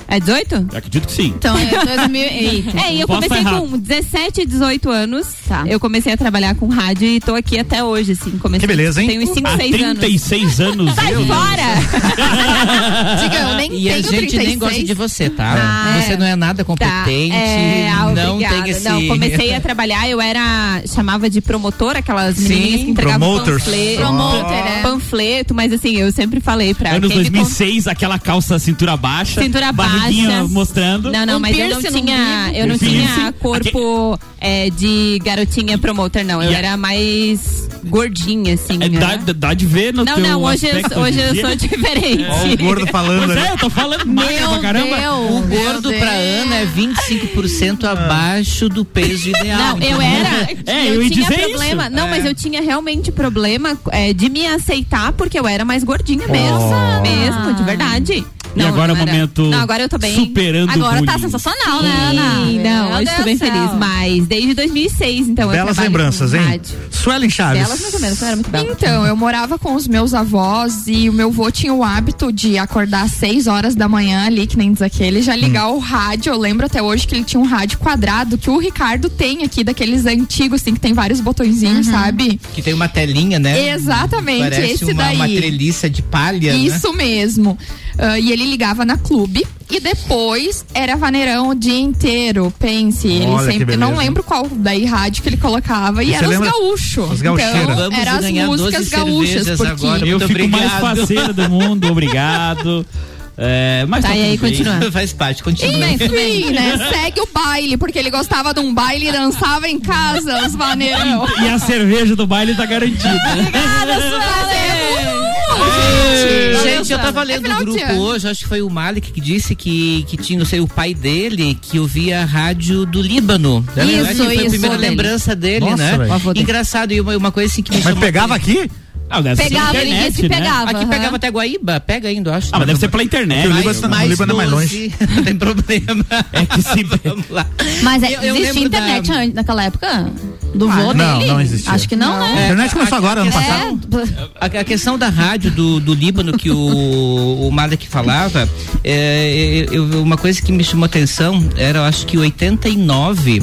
C: É 18?
E: Eu acredito que sim.
I: Então, é 2000. Eita.
C: É, e eu
E: Posso
C: comecei
E: estar
C: com 17, 18 anos. Eu comecei a trabalhar com rádio e tô aqui até hoje, assim. Comecei,
A: Que beleza, hein?
C: Tenho uns 5,
E: Há
C: 6 anos.
E: 36 anos. é.
C: Sai
E: eu-
C: fora!
I: Diga, eu nem
B: E a
I: tenho
B: gente
I: 36.
B: nem gosta de você, tá?
C: Ah,
B: você
C: é.
B: não é
C: Tá,
B: nada competente,
C: é, ah,
B: não
C: obrigada.
B: tem esse...
C: Não, comecei a trabalhar, eu era, chamava de promotora, aquelas
B: Sim. Ah.
C: meninas que entregavam
A: Promoters.
C: panfleto,
I: Promoter, é.
C: panfleto, mas assim, eu sempre falei pra
E: Anos
C: quem me
E: 2006, aquela calça cintura baixa.
C: Cintura
E: barriguinha
C: baixa.
E: mostrando.
C: Não, não,
I: Um
C: mas eu não
I: piercing no
C: tinha,
I: umbigo.
C: eu não
E: Piercing.
C: tinha corpo é, de garotinha promoter, não. Eu
E: E a-
C: era mais gordinha, assim.
E: É,
C: né?
E: dá, dá- dá de ver no
C: Não,
E: teu
C: não, hoje,
E: aspecto
C: eu, hoje
E: em
C: eu
E: dia.
C: sou
A: Ó, o
C: diferente.
A: gordo falando.
E: Pois
A: né?
E: é, eu tô falando magra pra caramba.
I: Deus,
B: O
I: meu
B: gordo pra
I: Deus.
B: Ana é 25%
A: Ah.
B: abaixo do peso ideal. Então,
C: Não, eu era.
E: É,
C: eu,
E: eu ia
C: tinha
E: dizer
C: problema.
E: isso. É.
C: Não, mas eu tinha realmente problema é, de me aceitar porque eu era mais gordinha mesmo. Mesmo, de verdade.
E: E agora é o
C: não era.
E: momento
C: Não, agora eu tô bem.
E: superando
D: Agora
E: o
D: tá
E: bullying.
D: sensacional, né, Ana?
C: Sim, não,
D: Meu
C: hoje
D: Deus
C: tô bem
D: do céu.
C: feliz, mas desde 2006, então. eu
A: Belas
C: trabalho
A: lembranças,
C: com
A: hein?
C: rádio.
A: Suelen Chaves.
C: Belas mais ou menos, não era muito bela.
I: Então, eu morava com os meus avós e o meu avô tinha o hábito de acordar às 6 horas da manhã ali, que nem diz aquele, já ligar o rádio. Eu lembro até hoje que ele tinha um rádio quadrado que o Ricardo tem aqui, daqueles antigos, assim, que tem vários
C: Uhum.
I: botõezinhos, sabe?
B: É. Que tem uma telinha, né?
I: Exatamente,
B: Parece
I: esse
B: uma,
I: daí.
B: uma treliça de palha, né?
I: Isso mesmo. Ah, e ele ligava na clube e depois era vaneirão o dia inteiro. Pense, ele
A: Olha que
I: sempre.
A: beleza.
I: Não lembro qual daí rádio que ele colocava. E
A: Você
I: era os
A: lembra?
I: gaúchos.
A: Os gaucheiros.
I: Então,
B: Vamos
I: eram as
B: ganhar 12
I: músicas gaúchas,
B: cervejas
I: porque.
B: agora.
E: Eu
B: Muito
E: fico mais
B: obrigado.
E: faceiro do mundo, obrigado. É, mas
C: Tá, e aí,
E: tudo bem.
C: continua.
B: Faz parte, continua.
I: Enfim, né? Segue o baile, porque ele gostava de um baile e dançava em casa, os vaneirão.
E: E a cerveja do baile tá garantida.
I: Obrigada, Suelen!
B: Gente, eu tava lendo no grupo hoje, acho que foi o Malik que disse que, que tinha, não sei, o pai dele que ouvia a rádio do Líbano. Na
C: Isso,
B: verdade, Foi
C: isso,
B: a primeira
C: dele.
B: lembrança dele,
A: Nossa,
B: né?
A: velho. Avô dele.
B: Engraçado, e uma, uma coisa assim que me
A: Mas
B: chamou
A: pegava
B: a atenção.
A: aqui?
E: Ah, deve ser
B: Pegava,
E: internet,
B: ele disse que
E: né?
B: pegava. Aqui
E: Aham.
B: pegava até Guaíba, pega ainda, eu acho. né?
E: Ah, mas deve ser pela internet.
A: O Líbano- o Líbano é mais longe.
B: Não tem problema. É que se Vamos lá.
L: Mas é,
B: Eu- eu
L: existia
B: lembro da-
L: internet an- naquela época? Do
B: Ah,
L: voo
B: não,
L: dele?
B: não existia.
L: Acho que não,
B: Não.
L: né?
B: A internet começou
L: A-
B: agora, ano
L: é,
B: passado. A, a questão da rádio do, do Líbano que o, o Malek falava, é, eu- eu- uma coisa que me chamou atenção era, eu acho que em 89,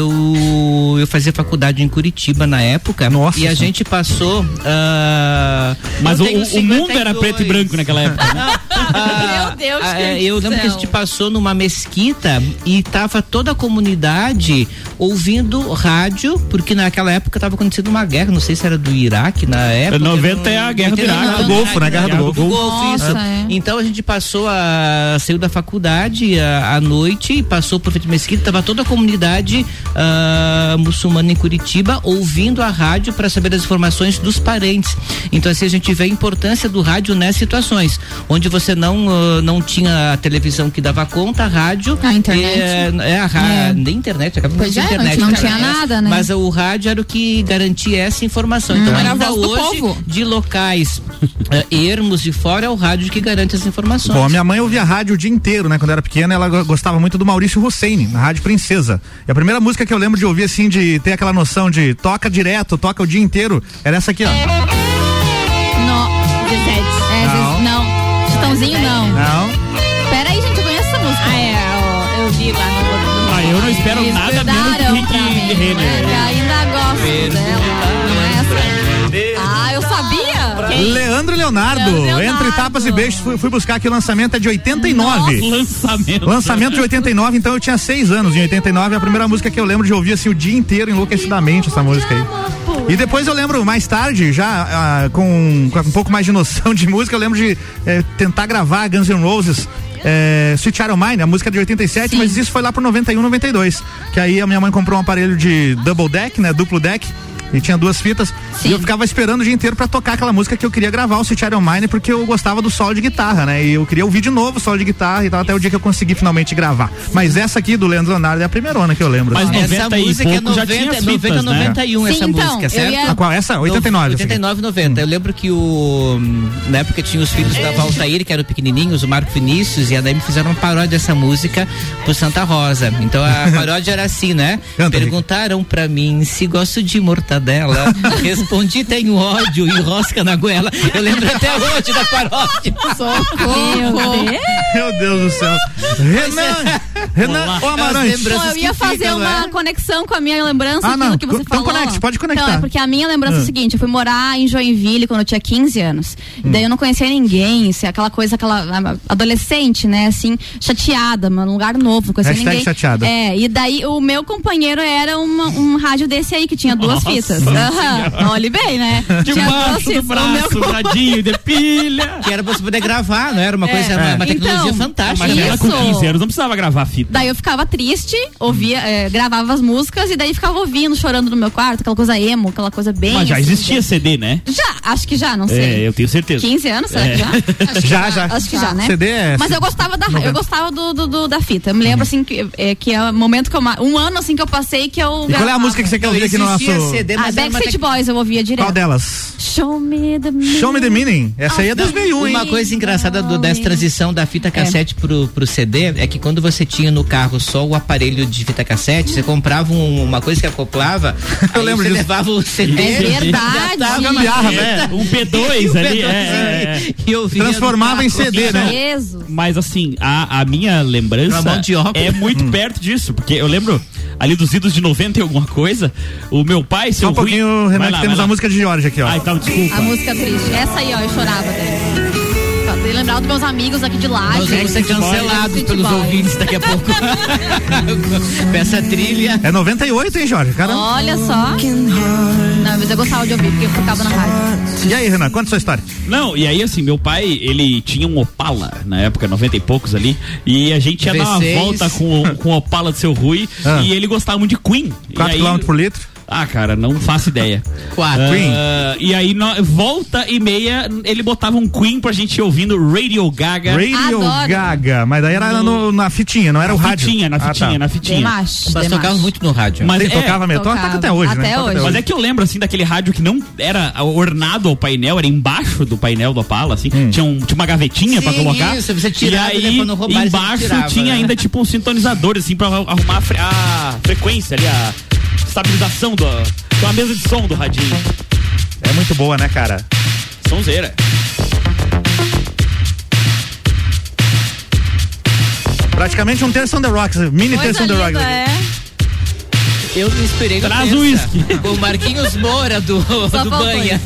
B: eu, eu fazia faculdade em Curitiba na época. e a gente passou. ah,
E: Mas
B: eu
E: o,
B: tenho
E: o mundo era
B: 52.
E: preto e branco naquela época.
B: Ah,
L: Meu Deus,
B: ah,
L: que
B: é, Eu lembro que
L: céu.
B: a gente passou numa mesquita e tava toda a comunidade ouvindo rádio, porque naquela época tava acontecendo uma guerra, não sei se era do Iraque na época. um
E: 90 é a guerra do Iraque.
A: Do Golfo, né? Guerra do Golfo.
B: isso.
A: Nossa, é.
B: Então a gente passou a saiu da faculdade à à noite e passou por frente à mesquita, tava toda a comunidade ah, muçulmana em Curitiba ouvindo a rádio para saber das informações dos parentes. Então assim a gente vê a importância do rádio nessas situações, onde você não ah, não tinha a televisão que dava conta, a rádio,
H: A internet.
B: é, é a rádio, nem internet, acaba
H: Pois
B: não
H: é,
B: tinha
H: não
B: internet,
H: tinha- não
B: cara,
H: tinha
B: mas-
H: nada, né? Uhum.
B: Mas o rádio era o que garantia essa informação. Então
H: Era a
B: ainda
H: voz do
B: hoje
H: povo.
B: de locais eh, ermos de fora é o rádio que garante as informações.
A: Bom, a minha mãe ouvia rádio o dia inteiro, né? Quando era pequena, ela go- gostava muito do Maurício Husseini, na Rádio Princesa. E a primeira música que eu lembro de ouvir, assim, de ter aquela noção de toca direto, toca o dia inteiro, era essa aqui, ó.
L: Não, 17. É,
A: Não.
L: não. não. Chitãozinho, não.
A: Não.
L: Pera aí, gente, eu conheço essa música. Ah, é, eu, vi lá no outro.
E: Ah, eu não espero nada menos que
C: né?
E: Rick Renner.
L: Ainda gosto dela. Não é essa? Ah, eu sabia?
A: Leandro Leonardo, entre tapas e beijos, fui, fui buscar que o lançamento é de 89.
E: Lançamento.
A: Lançamento de 89, então eu tinha seis anos. Em 89 é a primeira música que eu lembro de ouvir assim o dia inteiro enlouquecidamente essa música aí. E depois eu lembro mais tarde, já ah, com, com um pouco mais de noção de música, eu lembro de eh, tentar gravar Guns N' Roses. É, Sweet Child O' Mine, a música de 87, mas isso foi lá pro 91, 92. Que aí a minha mãe comprou um aparelho de double deck, né? Duplo deck. E tinha duas fitas. E eu ficava esperando o dia inteiro pra tocar aquela música que eu queria gravar, o Sweet Iron Mine, porque eu gostava do solo de guitarra, né? E eu queria ouvir de novo o solo de guitarra e tal, até o dia que eu consegui finalmente gravar. Mas essa aqui do Leandro Leonardo é a primeirona que eu lembro.
E: Mas
A: assim.
E: 90 e
B: é
E: pouco já tinha as fitas, né? é
B: 91
L: Sim,
B: essa
L: então,
B: música,
L: eu
B: certo? é
L: ia-
A: Ah, qual? Essa? 89, essa aqui.
B: 89, 90. Eu lembro que o na época tinha os filhos da Valtair, que eram pequenininhos, o Marco Vinícius e a Demi fizeram uma paródia dessa música pro Santa Rosa. Então a paródia era assim, né? Perguntaram pra mim se gosto de mortadela. Respondi tenho ódio e rosca na goela. Eu lembro até hoje da paródia.
L: Meu Deus.
A: Meu Deus do céu. Renan! Renan, ô
L: As
A: Amarante.
L: lembranças Pô, eu ia fazer
E: é?
L: uma conexão com a minha lembrança
A: Ah,
L: aquilo
A: não.
L: que você
A: Co- então
L: falou.
A: conecte, pode conectar.
L: Então, é porque a minha lembrança é
A: Ah.
L: o seguinte, eu fui morar em Joinville quando eu tinha 15 anos.
A: Hum.
L: Daí eu não conhecia ninguém, assim, aquela coisa, aquela ah, adolescente, né, assim, chateada, mano, um lugar novo, não conhecia
A: Hashtag
L: ninguém.
A: chateada.
L: É, e daí o meu companheiro era uma- um rádio desse aí que tinha duas
E: Nossa
L: fitas.
E: Senhora.
L: Aham. Olhe bem, né? tinha duas
E: Debaixo do
L: fitas. O meu
E: braço, bradinho, de pilha.
B: Que era pra você poder gravar, não era uma coisa, uma, uma tecnologia fantástica.
E: É. Então, Mas ela com
L: Isso.
E: 15 anos não precisava gravar fita.
L: Daí eu ficava triste, ouvia, eh, gravava as músicas e daí ficava ouvindo, chorando no meu quarto, aquela coisa emo, aquela coisa bem.
E: Mas já
A: é
L: assim,
E: existia CD, né?
L: bem- Já, acho que já, não
E: É,
L: sei.
E: eu tenho certeza.
L: 15 anos, será
E: É.
L: que já? Acho que
A: Já, já.
L: Acho que
B: Tá.
L: já, né?
A: CD é
L: Mas eu gostava da eu gostava do, do- do- da fita. Eu me
A: Uhum.
L: lembro assim que é, que é o momento que eu. ma- Um ano assim que eu passei que eu.
A: E qual é a
L: gravava.
A: música que você quer ouvir aqui no nosso.
B: Existia CD,
L: Ah,
B: mas era uma
L: Backstreet
B: tec-
L: Boys eu ouvia direto.
A: Qual delas?
L: Show me the meaning.
A: Show me the meaning. Essa aí é 2001, hein?
B: Uma coisa engraçada do, dessa transição da
L: É.
B: fita cassete pro, pro CD é que quando você tinha no carro só o aparelho de fita cassete, você comprava um- uma coisa que acoplava, eu
A: lembro
B: você
A: disso.
B: levava o CD.
L: É
B: já tava
L: verdade.
B: na
A: Gambiarra,
B: fita,
A: né?
E: Um P2 ali, é, é, é.
B: E eu via
A: Transformava
B: no
A: em
B: carro.
A: CD, né?
L: Jesus.
E: Mas assim, a, a minha lembrança
B: Pra mão de óculos.
E: é muito
A: Hum.
E: perto disso, porque eu lembro ali dos idos de 90 e alguma coisa, o meu pai, seu
A: Só um pouquinho,
E: Rui... Vai
A: Renan,
E: lá,
A: que temos
E: vai
A: a
E: lá.
A: música de Jorge aqui, ó.
E: Ah, então, desculpa.
L: A música triste. Essa aí, ó, eu chorava daí. Eu lembrava dos meus amigos aqui de lá.
B: Nós vamos ser cancelados pelos ouvintes daqui a pouco. Peça trilha.
A: É 98, hein, Jorge? Caramba.
L: Olha só. Não, mas eu gostava de ouvir, porque eu ficava na rádio.
A: E aí, Renan, conta sua história.
E: Não, e aí assim, meu pai, ele tinha um Opala na época, 90 e poucos ali, e a gente ia dar uma
B: V6.
E: volta com, o- com o Opala do seu Rui,
A: Ah.
E: e ele gostava muito de Queen. E
A: 4
E: aí-
A: km por litro.
E: Ah, cara, não faço ideia.
A: Quatro.
E: Ah,
A: Queen.
E: e aí, no- volta e meia, ele botava um Queen pra gente ir ouvindo Radio Gaga. Hum.
A: Radio Gaga, mas daí era no- na fitinha, não era
E: Na
A: o rádio.
E: fitinha, na
A: Ah, tá.
E: fitinha, na fitinha. é,
L: Demache,
B: Nós
L: demache.
B: tocávamos muito no rádio.
A: Mas Ele tocava mesmo? Toca
L: tocava.
A: até hoje, né?
L: Até
A: Toca
L: hoje.
E: Mas é que eu lembro, assim, daquele rádio que não era ornado ao painel, era embaixo do painel do Opala, assim.
A: Hum.
E: Tinha, um- tinha uma gavetinha pra
B: Sim,
E: colocar.
B: isso, você tirava,
E: e
B: né,
E: aí,
B: quando roubaram, você
E: embaixo
B: tirava,
E: tinha
B: né?
E: ainda, tipo, um sintonizador, assim, pra arrumar a, fre- a frequência ali, a estabilização do, da mesa de som do radinho.
A: É muito boa, né, cara?
E: Sonzeira.
A: Praticamente um terço on the rocks, mini terço on the rocks.
L: é.
B: Eu me inspirei no
A: Traz
B: Pensa,
A: o uísque.
B: O Marquinhos Moura do, do
L: faltou
B: Banha.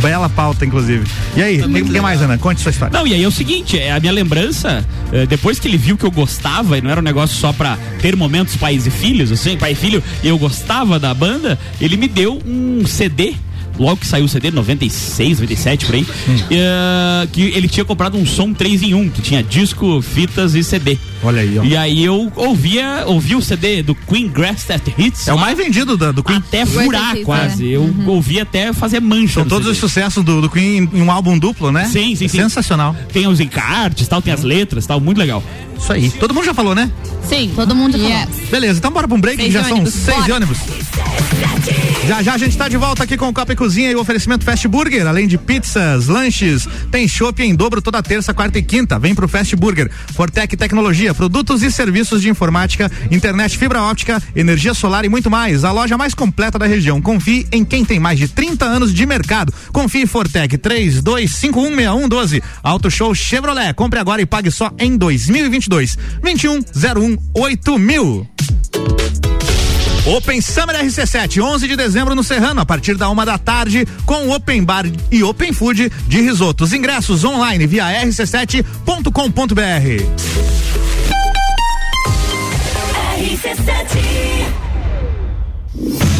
A: Bela pauta, inclusive. E aí, o que mais, Ana? Conte sua história.
E: Não, e aí é o seguinte, é, a minha lembrança, é, depois que ele viu que eu gostava, e não era um negócio só pra ter momentos pais e filhos, assim, pai e filho, e eu gostava da banda, ele me deu um CD. Logo que saiu o CD, 96, 97 por aí,
A: Hum.
E: é, que ele tinha comprado um som 3 em 1, que tinha disco, fitas e CD.
A: Olha aí, ó.
E: E aí eu ouvia, ouvia o CD do Queen Grass That Hits.
A: É o mais vendido da- do Queen.
E: Até furar quase.
L: é.
E: Eu
L: Uhum.
E: ouvia até fazer mancha.
A: São
E: no
A: todos
E: CD.
A: os sucessos do, do Queen em um álbum duplo, né?
E: Sim, sim, sim.
A: Sensacional.
E: Tem os encartes, tal, tem as letras, tal, muito legal.
A: Isso aí. Todo mundo já falou, né?
L: Sim, todo mundo já falou.
A: Beleza, então bora pra um break,
L: Seis
A: já
L: de
A: são
L: ônibus,
A: seis
L: bora.
A: de ônibus. Já já a gente tá de volta aqui com o Copa e Cozinha e o oferecimento Fast Burger, além de pizzas, lanches, tem chopp em dobro toda terça, quarta e quinta. Vem pro Fast Burger. Fortec Tecnologia, produtos e serviços de informática, internet fibra óptica, energia solar e muito mais. A loja mais completa da região. Confie em quem tem mais de 30 anos de mercado. Confie em Fortec 32516112. Auto Show Chevrolet. Compre agora e pague só em 2022. 2101 8000. Open Summer RC7, 11 de dezembro no Serrano, a partir da uma da tarde, com Open Bar e Open Food de risotos. Ingressos online via rc7.com.br.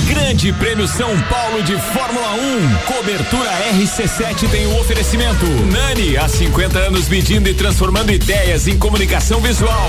J: Grande Prêmio São Paulo de Fórmula 1. Cobertura RC7 tem o oferecimento. Nani, há 50 anos medindo e transformando ideias em comunicação visual.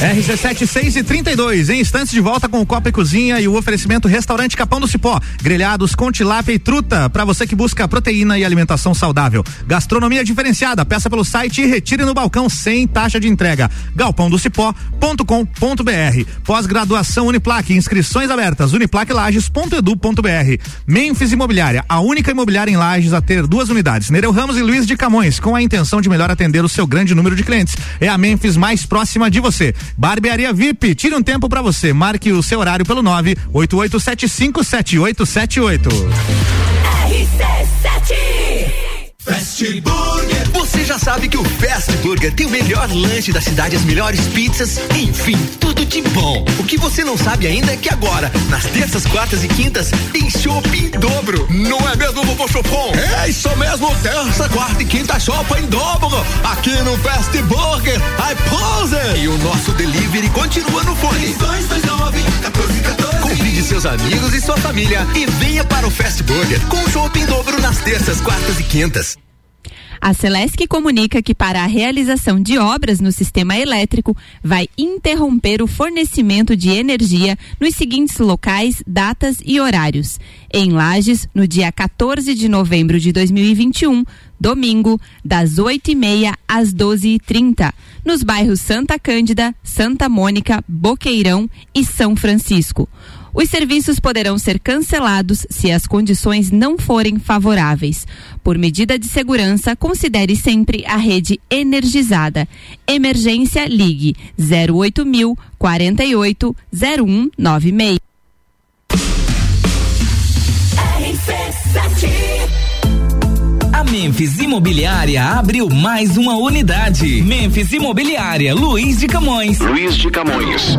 A: RC7, 6 e 32 Em instantes de volta com o Copa e Cozinha e o oferecimento Restaurante Capão do Cipó. Grelhados com tilápia e truta. Para você que busca proteína e alimentação saudável. Gastronomia diferenciada. Peça pelo site e retire no balcão sem taxa de entrega. galpãodocipó.com.br. Pós-graduação Uniplac. Inscrições abertas. Uniplaclages.edu.br. Memphis Imobiliária. A única imobiliária em Lages a ter duas unidades. Nereu Ramos e Luiz de Camões. Com a intenção de melhor atender o seu grande número de clientes. É a Memphis mais próxima de você. Barbearia VIP, tire um tempo pra você. Marque o seu horário pelo 988757878.
M: Fast Burger. Você já sabe que o Fast Burger tem o melhor lanche da cidade, as melhores pizzas, enfim, tudo de bom. O que você não sabe ainda é que agora, nas terças, quartas e quintas, tem chopp em dobro. Não é mesmo, vovô Chopon? É isso mesmo, terça, quarta e quinta, chopp em dobro. Aqui no Fast Burger, I pose. E o nosso delivery continua no fone. Convide seus amigos e sua família e venha para o Fast Burger com chopp em dobro nas terças, quartas e quintas.
C: A Celesc comunica que para a realização de obras no sistema elétrico vai interromper o fornecimento de energia nos seguintes locais, datas e horários. Em Lages, no dia 14 de novembro de 2021, domingo, das 8h30 às 12h30, nos bairros Santa Cândida, Santa Mônica, Boqueirão e São Francisco. Os serviços poderão ser cancelados se as condições não forem favoráveis. Por medida de segurança, considere sempre a rede energizada. Emergência ligue 08000 48 0196.
N: A Memphis Imobiliária abriu mais uma unidade. Memphis Imobiliária, Luiz de Camões.
O: Luiz de Camões.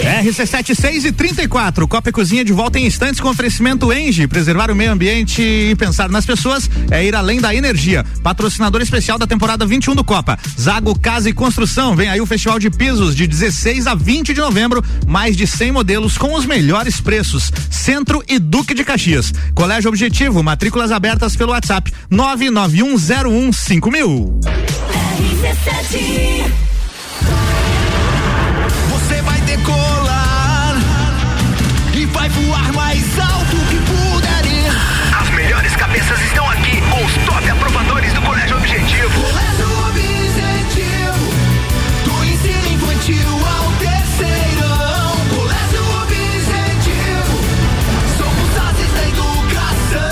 A: RC7, 6 e 34 Copa e Cozinha de volta em instantes com oferecimento Engie. Preservar o meio ambiente e pensar nas pessoas é ir além da energia. Patrocinador especial da temporada 21 do Copa. Zago Casa e Construção. Vem aí o Festival de Pisos de 16 a 20 de novembro. Mais de 100 modelos com os melhores preços. Centro e Duque de Caxias. Colégio Objetivo. Matrículas abertas pelo WhatsApp 991015000.
F: RC7
K: Você vai decolar e vai voar mais alto que puder ir.
M: As melhores cabeças estão aqui com os top aprovadores do Colégio Objetivo.
K: Colégio Objetivo, do ensino infantil ao terceirão. Colégio Objetivo, somos ases da educação.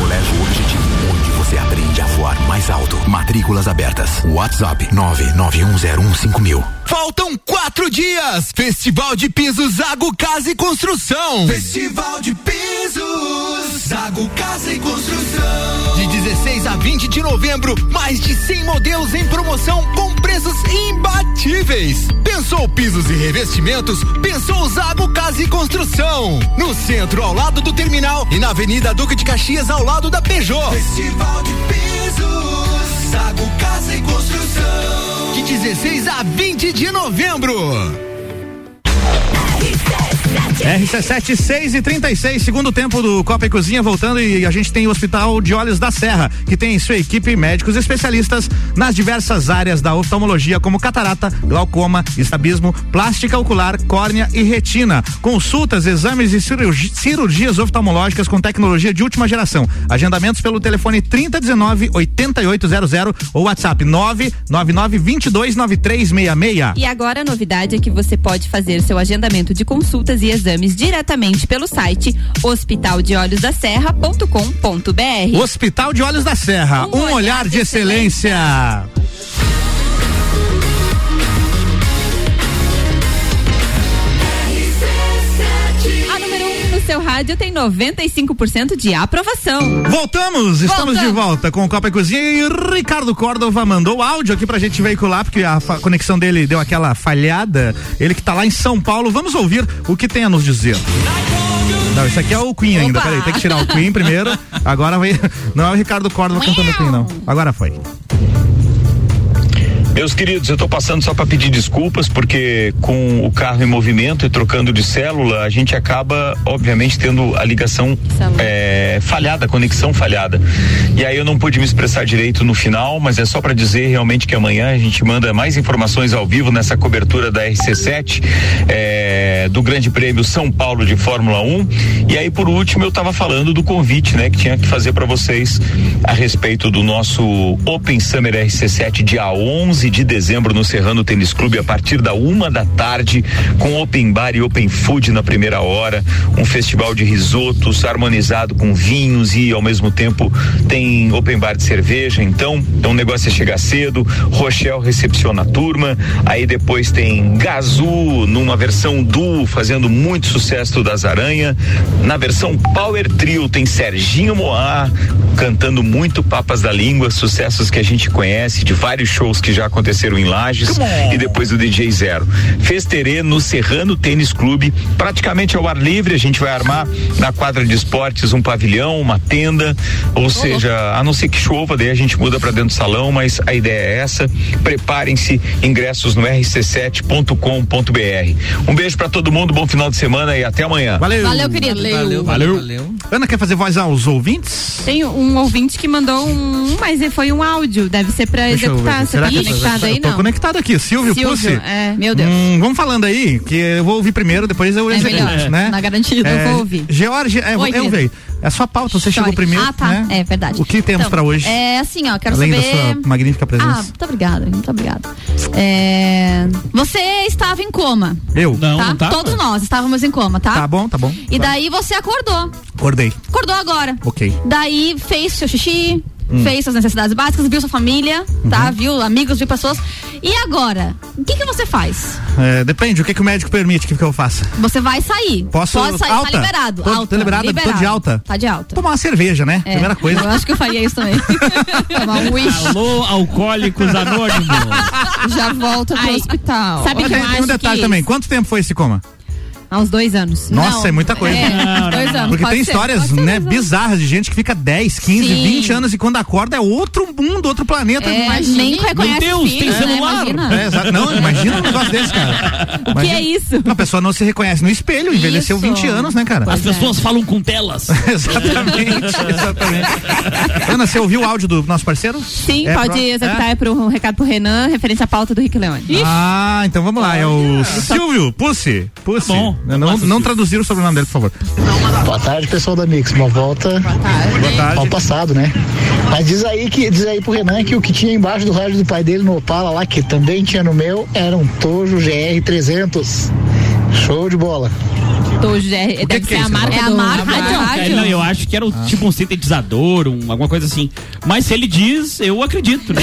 P: Colégio Objetivo, onde você aprende a voar mais alto. Matrículas abertas. WhatsApp 991015000.
M: Faltam quatro dias. Festival de Pisos, Zago Casa e Construção. Festival de Pisos, Zago Casa e Construção. De 16 a 20 de novembro, mais de 100 modelos em promoção com preços imbatíveis. Pensou pisos e revestimentos? Pensou Zago Casa e Construção. No centro, ao lado do terminal e na Avenida Duque de Caxias, ao lado da Peugeot. Festival de Pisos, Zago Casa e Construção. De 16 a 20 de novembro.
A: RC7, 6 e 36 segundo tempo do Copa e Cozinha voltando e a gente tem o Hospital de Olhos da Serra, que tem em sua equipe médicos especialistas nas diversas áreas da oftalmologia, como catarata, glaucoma, estabismo, plástica ocular, córnea e retina. Consultas, exames e cirurgi- cirurgias oftalmológicas com tecnologia de última geração. Agendamentos pelo telefone 3019 8800 ou WhatsApp 999 229366.
C: E agora a novidade é que você pode fazer seu agendamento de consultas e exames diretamente pelo site hospitaldeolhosdaserra.com.br.
A: Hospital de Olhos da Serra, um, olhar, de excelência.
C: A número 1 um no seu rádio tem 95% de aprovação.
A: Voltamos, estamos de volta com o Copa e Cozinha e Ricardo Córdova mandou áudio aqui pra gente veicular, porque a fa- conexão dele deu aquela falhada. Ele que tá lá em São Paulo, vamos ouvir o que tem a nos dizer. Não, isso aqui é o Queen ainda,
Q: Opa!
A: peraí, tem que tirar o Queen primeiro. Agora vai. Não é o Ricardo Córdova cantando o Queen, não. Agora foi.
G: Meus queridos, eu tô passando só para pedir desculpas porque com o carro em movimento e trocando de célula, a gente acaba obviamente tendo a ligação eh, falhada, a conexão falhada. E aí eu não pude me expressar direito no final, mas é só para dizer realmente que amanhã a gente manda mais informações ao vivo nessa cobertura da RC7 eh, do Grande Prêmio São Paulo de Fórmula 1. E aí por último eu tava falando do convite, né, que tinha que fazer para vocês a respeito do nosso Open Summer RC7 dia 11 15 de dezembro no Serrano Tênis Clube, a partir da uma da tarde, com open bar e open food na primeira hora, um festival de risotos harmonizado com vinhos e ao mesmo tempo tem open bar de cerveja. Então, então o negócio é chegar cedo. Rochelle recepciona a turma. Aí depois tem Gazú numa versão duo, fazendo muito sucesso das Aranha. Na versão Power Trio tem Serginho Moá cantando muito Papas da Língua, sucessos que a gente conhece de vários shows que já aconteceram em Lages e depois o DJ Zero. Festerê no Serrano Tênis Clube, praticamente ao ar livre, a gente vai armar na quadra de esportes um pavilhão, uma tenda, ou seja, a não ser que chova, daí a gente muda para dentro do salão, mas a ideia é essa. Preparem-se, ingressos no rc7.com.br. Um beijo para todo mundo, bom final de semana e até amanhã.
A: Valeu.
D: Valeu, querido.
A: Valeu. Ana quer fazer voz aos ouvintes?
C: Tem um ouvinte que mandou um, mas foi um áudio, deve ser pra
A: Deixa eu
C: executar.
A: ver.
C: Você tá
A: que eu-
C: conectado aí,
A: eu tô
C: não?
A: conectado aqui, Silvio,
C: Silvio,
A: Pucci.
C: é. Meu Deus.
A: Hum, vamos falando aí, que eu vou ouvir primeiro, depois eu
C: É
A: executo,
C: melhor,
A: né?
C: na garantida, eu vou ouvir.
A: George, é,
L: Oi,
A: eu
L: querido.
A: veio. É a sua pauta, você chegou
L: Sorry.
A: primeiro,
L: Ah, tá.
A: né?
L: É verdade.
A: O que temos
L: Então,
A: pra hoje?
L: É assim, ó, quero
A: Além
L: saber.
A: da sua magnífica
L: Ah,
A: presença.
L: muito obrigada, muito obrigada. É, Você estava em coma.
A: eu?
L: tá? Todos nós estávamos em coma, tá?
A: Tá bom, tá bom.
L: E daí você acordou.
A: Acordei.
L: Acordou agora.
A: Ok.
L: Daí fez seu xixi,
A: Hum. Uhum.
L: fez suas necessidades básicas, viu sua família, tá? Viu amigos, viu pessoas. E agora? O que, que você faz?
A: É, depende, o que, que o médico permite que, que eu faça?
L: Você vai sair.
A: Posso-
L: Pode sair,
A: alta?
L: tá liberado.
A: Tô- tô
L: alta,
A: liberado, tô de
L: liberado.
A: alta.
L: Tá de alta.
A: Tomar uma cerveja, né?
L: É,
A: Primeira coisa.
L: Eu acho que eu faria isso também.
I: Tomar um uísque.
E: Alô, alcoólicos anônimos.
I: Já volta pro hospital.
A: Sabe
I: Olha,
A: que tem um detalhe também. Quanto tempo foi esse coma?
C: Há uns dois anos.
A: Nossa, é muita coisa.
C: É, dois anos.
A: Porque
C: pode
A: tem
C: ser,
A: histórias,
C: pode ser
A: né,
C: dois anos.
A: bizarras de gente que fica 10, 15,
C: Sim.
A: 20 anos e quando acorda é outro mundo, outro planeta.
L: É,
A: Imagina.
L: nem reconhece
A: Meu Deus,
L: filho,
A: tem
L: né?
A: celular.
L: Imagina.
A: É, exato. não, imagina um negócio desse, cara. O
L: é isso?
A: A pessoa não se reconhece no espelho, envelheceu
E: Isso.
A: 20 anos, né, cara?
E: As pessoas falam com telas.
A: exatamente, exatamente. Ana, você ouviu o áudio do nosso parceiro?
C: Sim,
A: É
C: pode
A: pro-
C: executar
A: é?
C: pro, um recado pro Renan, referente à pauta do Rick Leone.
A: Ah, então vamos lá, é o Silvio Pucci. Pucci. Tá bom. Não, não traduziram o sobrenome dele, por favor.
Q: Boa tarde, pessoal da Mix. Uma volta
A: Boa tarde.
Q: ao passado, né? Mas diz aí que diz aí pro Renan que o que tinha embaixo do rádio do pai dele no Opala lá, que também tinha no meu, era um Tojo GR300. Show de bola.
C: Tojo GR, deve
A: é
C: ser É a marca. do-
E: É, Não, cara, Então, não, eu acho que era um- tipo um sintetizador, um, alguma coisa assim. Mas se ele diz, eu acredito, né?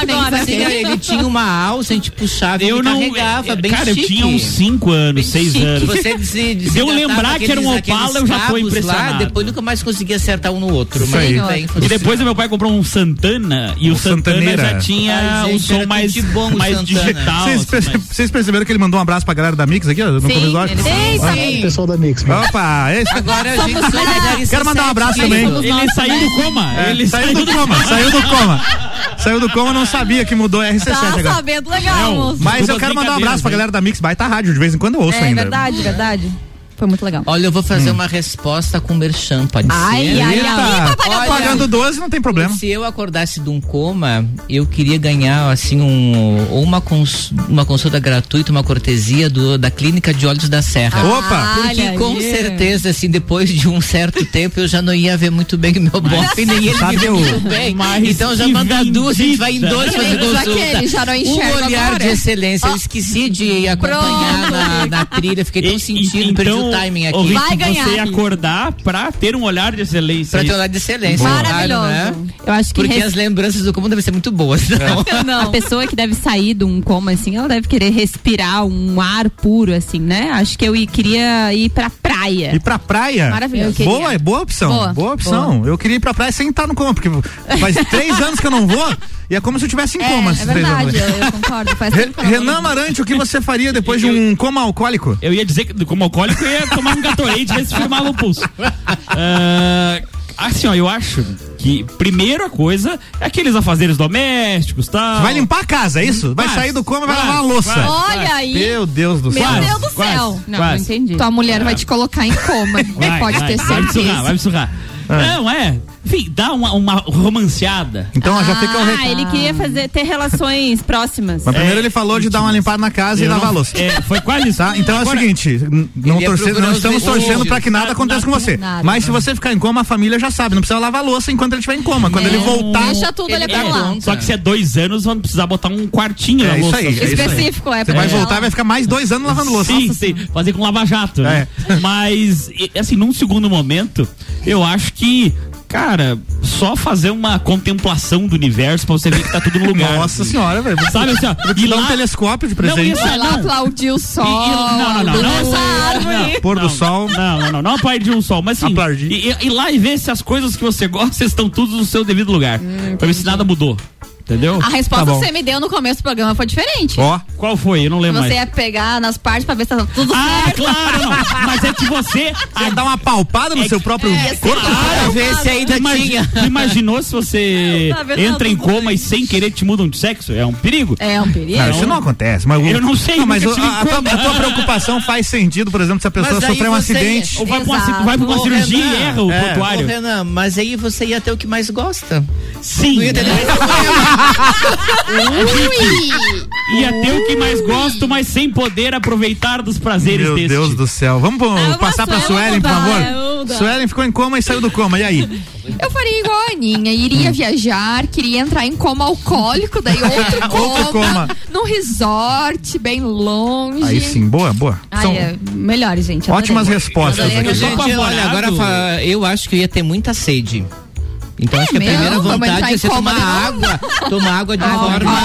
B: Agora, assim, né, ele tinha uma alça, a gente puxava,
E: Eu
B: ele
E: não.
B: carregava,
E: é,
B: bem
E: cara, eu
B: chique.
E: tinha uns 5 anos, 6
B: Chique.
E: anos.
B: Você é dese-
E: Se eu
B: desengatava
E: lembrar que era um
B: aqueles-
E: Opala, eu
B: aqueles
E: já tô
B: cabos
E: impressionado.
B: Lá, depois nunca mais conseguia acertar um no outro.
E: Isso
B: mas
E: aí. Um
B: bem,
E: E depois meu pai comprou um Santana e o, Santana
A: Santaneira.
E: já tinha
B: Ai,
E: um
B: gente,
E: som
B: era
E: mais,
B: tudo de bom o
E: mais
B: Santana.
E: digital.
A: Vocês
E: assim,
A: perce- vocês perceberam que ele mandou um abraço pra galera da Mix aqui, ó, no começo do áudio?
Q: Boa
A: Ó.
Q: tarde, pessoal da Mix. mano.
A: Opa, é isso.
Q: Agora
A: a gente Quero mandar um abraço também.
E: Ele saiu do coma.
A: É,
E: Ele
A: saiu do
E: saiu-
A: coma, saiu do coma. Saiu do coma, não sabia que mudou a RC7
D: Tá
A: agora.
D: sabendo legal, moço.
A: Mas eu quero mandar um abraço pra galera da Mix Baita Rádio, de vez em quando eu ouço
L: É
A: ainda.
L: verdade, verdade. Foi muito legal.
B: Olha, eu vou fazer uma resposta com merchan, pode
L: Ai, ai,
B: ser?
L: ai. Ih,
A: Hum. Eita,
L: propaganda.
A: pagando 12 não tem problema.
B: Se eu acordasse de um coma, eu queria ganhar assim um ou uma cons- uma consulta gratuita, uma cortesia do, da clínica de olhos da Serra.
A: Opa!
B: Porque
A: Ah, Olha
B: com
A: aí.
B: certeza assim depois de um certo tempo eu já não ia ver muito bem o meu bofe nem ele
A: Sabe,
B: me via
A: eu-
B: muito bem. então já manda duas, a gente vai em dois fazer
I: Menos
B: consulta.
I: aquele, já não
B: um
I: enxergo
B: olhar
I: agora.
B: de excelência.
L: Ah.
B: Eu esqueci de acompanhar na, na trilha, fiquei tão sentido, perdi o timing aqui.
E: Então, ouvinte, Você acordar pra ter um olhar de excelência.
B: Pra ter um
E: Isso.
B: olhar de excelência.
E: Boa.
B: claro, né?
C: Eu acho que
B: Porque
C: res-
B: as lembranças do comum devem ser muito
E: É.
B: boas. Não?
C: A pessoa que deve sair de um coma, assim, ela deve querer respirar um ar puro, assim, né? Acho que eu i- queria ir pra praia.
A: Ir pra praia?
C: É. Maravilhoso. Eu queria.
A: Boa, é boa opção. Boa,
C: Boa,
A: opção. Eu queria ir pra praia sem estar no coma, porque faz três anos que eu não vou e é como se eu tivesse em coma. esses
L: é
A: três anos.
L: verdade, eu, eu concordo. Faz
A: Re-
L: tempo que eu não
A: Renan Amarante, o que você faria depois de um coma alcoólico?
E: Eu ia dizer que como alcoólico eu ia tomar um gatorade e se firmava o pulso. Ah, assim, ó, eu acho que primeira coisa é aqueles afazeres domésticos, tal.
A: Vai limpar a casa, é isso? Vai sair do coma e vai lavar a louça.
I: Olha aí.
A: Meu Deus do
I: Meu
A: céu.
I: Deus do
A: Quase,
I: céu.
A: Não, quase.
I: entendi. Tua mulher vai te colocar em coma.
E: Vai,
I: pode
E: vai,
I: ter
E: Vai me surrar,
I: certeza.
A: Ah.
E: vai me surrar. Não, é. Enfim, dá uma, uma romanceada.
A: Então, ó, já fica o
C: Ah,
A: recado.
C: ele queria fazer, ter relações próximas.
A: Mas
B: É.
A: primeiro ele falou de dar uma limpada na casa e
E: Eu
A: lavar a
E: não-
A: louça.
E: É, foi quase isso.
A: Tá? Então é o
E: Agora-
A: seguinte, n- não,
E: Ele ia
A: torcendo,
E: procurar
A: não
E: os
A: estamos
E: vestígios.
A: torcendo pra que nada
E: Nada,
A: aconteça com você.
E: nada,
A: Mas se você ficar em coma, a família já sabe, não precisa lavar a louça enquanto ele estiver em coma. Quando
L: É,
A: ele voltar.
D: Deixa tudo ali pra lá.
E: Só que se é dois anos, vamos precisar botar um quartinho
A: É
E: na
A: isso
E: louça.
A: aí, é isso aí. Específico, é, Você pra vai ela- voltar, vai ficar mais dois anos lavando louça. É.
E: Sim,
A: Nossa
E: sim. Fazer com lava-jato, né? Mas, e- assim, num segundo momento, eu acho que, cara, só fazer uma contemplação do universo pra você ver que tá tudo no lugar.
A: Nossa
E: assim.
A: senhora, velho.
E: Sabe assim, ó.
A: E lá um telescópio de
E: Não,
A: presente.
E: isso é
I: Ela
E: não.
I: aplaudiu o sol.
E: E- e- não, não, não, não.
I: essa árvore.
E: Não, não, Não, não, não. Não aplaudir um sol, mas sim. E, e- e lá e ver se as coisas que você gosta estão todas no seu devido lugar.
A: Hum,
E: pra ver se nada mudou. Entendeu?
D: A resposta
E: Tá bom.
D: que você me deu no começo do programa foi diferente.
E: Ó, qual foi? Eu não lembro
D: Você é-
E: mais.
D: ia pegar nas partes pra ver se tá tudo
E: Ah,
D: certo.
E: claro, não. Mas é que você. É
A: Você dá uma palpada no seu próprio corpo?
E: Claro,
A: ver se ainda tinha.
E: Imaginou se você
D: Tá vendo?
E: entra em coma e sem querer te mudam de sexo? É um perigo. Então,
D: É um perigo.
A: Não, isso não acontece. Mas o-
E: Eu não sei,
A: mas
E: nunca
A: o-
E: tive
A: a, a tua,
E: como.
A: a tua preocupação faz sentido, por exemplo, se a pessoa
R: aí
A: sofrer um
R: você-
A: acidente.
E: Ou vai pra uma ci- vai pra uma
R: Ô,
E: cirurgia
R: Renan,
E: e erra o
R: é.
E: prontuário.
R: Ô, Renan, mas aí você ia ter o que mais gosta.
E: Sim.
R: Não ia ter nem esse problema.
E: E até o que mais gosto, mas sem poder aproveitar dos prazeres
A: Meu
E: deste.
A: Deus do céu. Vamos
D: Ah,
A: pô- passar pra Suelen, por favor.
E: é
A: Suelen ficou em coma e saiu do coma. E aí?
I: Eu faria igual a Aninha, iria viajar, queria entrar em coma alcoólico, daí outro coma,
A: Ah, Outro coma.
I: num resort bem longe.
A: Aí sim, boa, boa.
I: Ai,
A: São-
I: é.
L: Melhores, gente.
A: Ótimas respostas aqui.
B: Gente, olha, agora fa- eu acho que eu ia ter muita sede. Então acho que
L: É mesmo?
B: a primeira
L: Vamos entrar
B: vontade
L: em
B: é você
L: coma
B: tomar
L: de novo?
B: água, tomar água de
L: Ah,
B: forma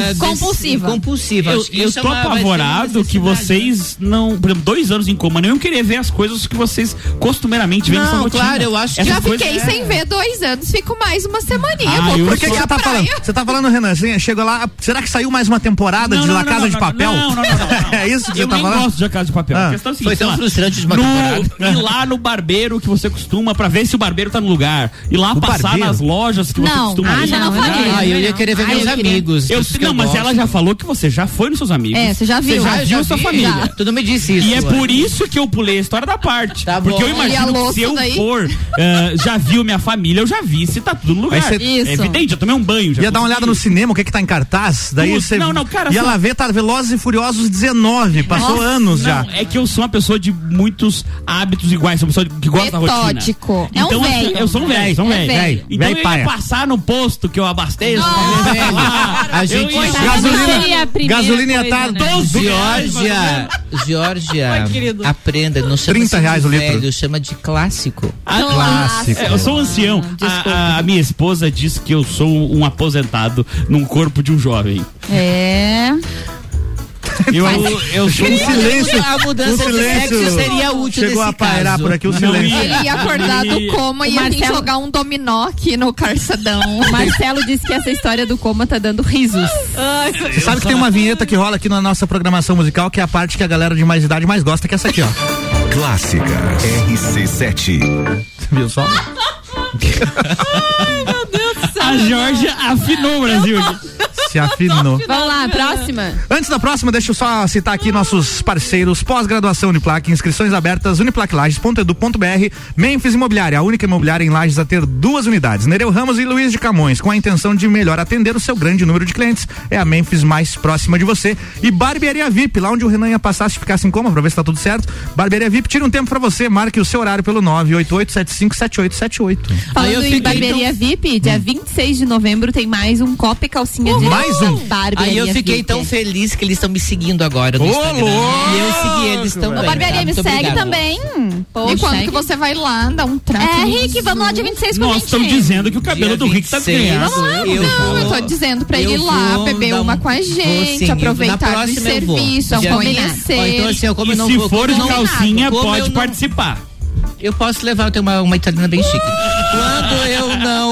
L: mas- compulsiva.
B: compulsiva.
E: Eu,
B: Acho que
E: eu
B: isso é
E: tô
B: uma- vai ser uma
E: apavorado que vocês não. Por exemplo, dois anos em coma, não iam querer ver as coisas que vocês costumeiramente veem nessa
B: Não,
E: rotina. é
B: claro, eu acho que-
E: Essas
I: Já
E: coisas-
I: fiquei sem ver dois anos, fico mais uma semaninha.
E: Ah, eu
I: vou
A: Por é. que, que você tá falando? Você tá falando, Renan? Assim, chegou lá. Será que saiu mais uma temporada
E: Não,
A: de
E: não,
A: La
E: não,
A: Casa
E: não,
A: de
E: não,
A: Papel?
E: não, não, não,
A: é isso que
E: eu
A: você tá
E: nem
A: falando?
E: gosto de Casa de Papel.
A: Ah.
E: A questão é a seguinte,
A: Foi
E: sei
A: tão
E: lá,
A: frustrante de uma
E: no,
A: temporada.
E: Ir lá no barbeiro que você costuma pra ver se o barbeiro tá no lugar. Ir lá
A: O
E: passar
A: barbeiro?
E: nas lojas que você
A: Não.
E: costuma
A: Ah,
E: ir.
A: não, não faria.
B: Ah, eu ia querer ver
E: Ah,
B: meus
E: eu queria.
B: amigos,
E: Eu-
B: pessoas que
E: não,
B: eu
E: mas
B: gosto.
E: ela já falou que você já foi nos seus amigos.
B: É, você já viu.
E: Você já
B: Ah, eu
E: viu
B: já
E: sua
B: vi,
E: família.
B: já. Tu não me disse isso,
E: E é
B: Ana.
E: por isso que eu pulei a história da parte.
A: Tá
E: porque
B: bom.
E: eu
B: E a
E: imagino que
B: louça
E: se eu
B: daí?
E: for, eh, já viu minha família, eu já vi se tá tudo no lugar.
A: Aí você- Isso.
E: É evidente, eu tomei um banho. Já
A: Ia dar uma olhada no cinema, o que que tá em cartaz? Daí
E: Putz,
A: você.
E: não, não, cara,
A: Ia
E: só-
A: lá ver, tá Velozes e Furiosos 19. Passou
E: Nossa,
A: anos
E: não,
A: já.
E: É que eu sou uma pessoa de muitos hábitos iguais, sou uma pessoa que gosta da
I: Metódico.
E: rotina.
I: É um
E: Então eu-
I: velho.
E: eu sou um
I: É
E: velho, sou um velho.
I: velho.
E: Então
A: Velho
E: eu
A: paia.
E: ia passar no posto que eu abasteço.
A: Nossa.
E: eu ia falar,
B: A
E: eu
B: gente
E: ia-
A: gasolina ia estar
I: né?
E: né?
A: 12 reais, mais ou
B: Georgia, Georgia,
A: Ai, querido.
B: aprenda, não chama
A: 30
B: isso de
A: reais o litro.
B: velho, chama de clássico.
E: Ah, é, eu sou um ancião.
I: Ah,
E: A- a, a minha esposa diz que eu sou um aposentado num corpo de um jovem.
L: É.
E: Eu, eu sou
B: Aquele silêncio- A mudança de sexo seria útil
A: um Chegou
B: nesse
A: a pairar
B: caso.
A: por aqui um o
B: Não
A: silêncio.
I: Ele ia acordar do coma
C: O
I: e ia vir
C: Marcelo-
I: jogar um dominó aqui no calçadão.
C: O Marcelo disse que essa história do coma tá dando risos.
A: Você sabe que tem uma vinheta que rola aqui na nossa programação musical, que é a parte que a galera de mais idade mais gosta, que é essa aqui, ó.
P: Clássica RC7.
A: Viu só?
E: A Georgia afinou o Brasil aqui.
A: Se afinou.
C: Vamos lá, próxima.
A: Antes da próxima, deixa eu só citar aqui nossos parceiros pós-graduação Uniplac, inscrições abertas, uniplaclages.edu.br, Memphis Imobiliária, a única imobiliária em Lages a ter duas unidades, Nereu Ramos e Luiz de Camões, com a intenção de melhor atender o seu grande número de clientes, é a Memphis mais próxima de você, e Barbearia VIP, lá onde o Renan ia passar se ficasse em coma, pra ver se tá tudo certo, Barbearia VIP, tira um tempo pra você, marque o seu horário pelo 988757878.
C: Falando em barbearia
A: Então-
C: VIP,
A: Hum.
C: dia 26 de novembro tem mais um copo e calcinha de
A: Mais um?
C: Barbearia
B: Aí eu fiquei então,
C: VIP.
B: tão feliz que eles estão me seguindo agora no
A: Ô,
B: Instagram.
A: louco,
B: e eu segui eles também.
D: Ô,
B: tá?
D: Barbearia, me
B: Muito
D: segue
B: obrigado.
D: também.
I: e quando
D: segue.
I: que você vai lá dar um trato?
D: É,
I: no
D: Rick,
I: Zuzu?
D: vamos lá dia 26 com a
I: é
E: Nós
D: gente.
E: estamos dizendo que o cabelo do Rick tá
B: 26,
E: ganhando.
B: vamos lá,
I: Eu não, eu tô dizendo pra ele ir lá, beber
E: um
I: uma com a gente, aproveitar do serviço,
B: Já-
I: conhecer.
B: Ó, então assim, ó, como eu
E: E
B: não
E: se
B: vou-
E: for de
B: não-
E: calcinha,
B: como
E: pode
B: eu não-
E: participar.
B: Eu posso levar, eu tenho uma, uma italiana bem chique. Quando eu não.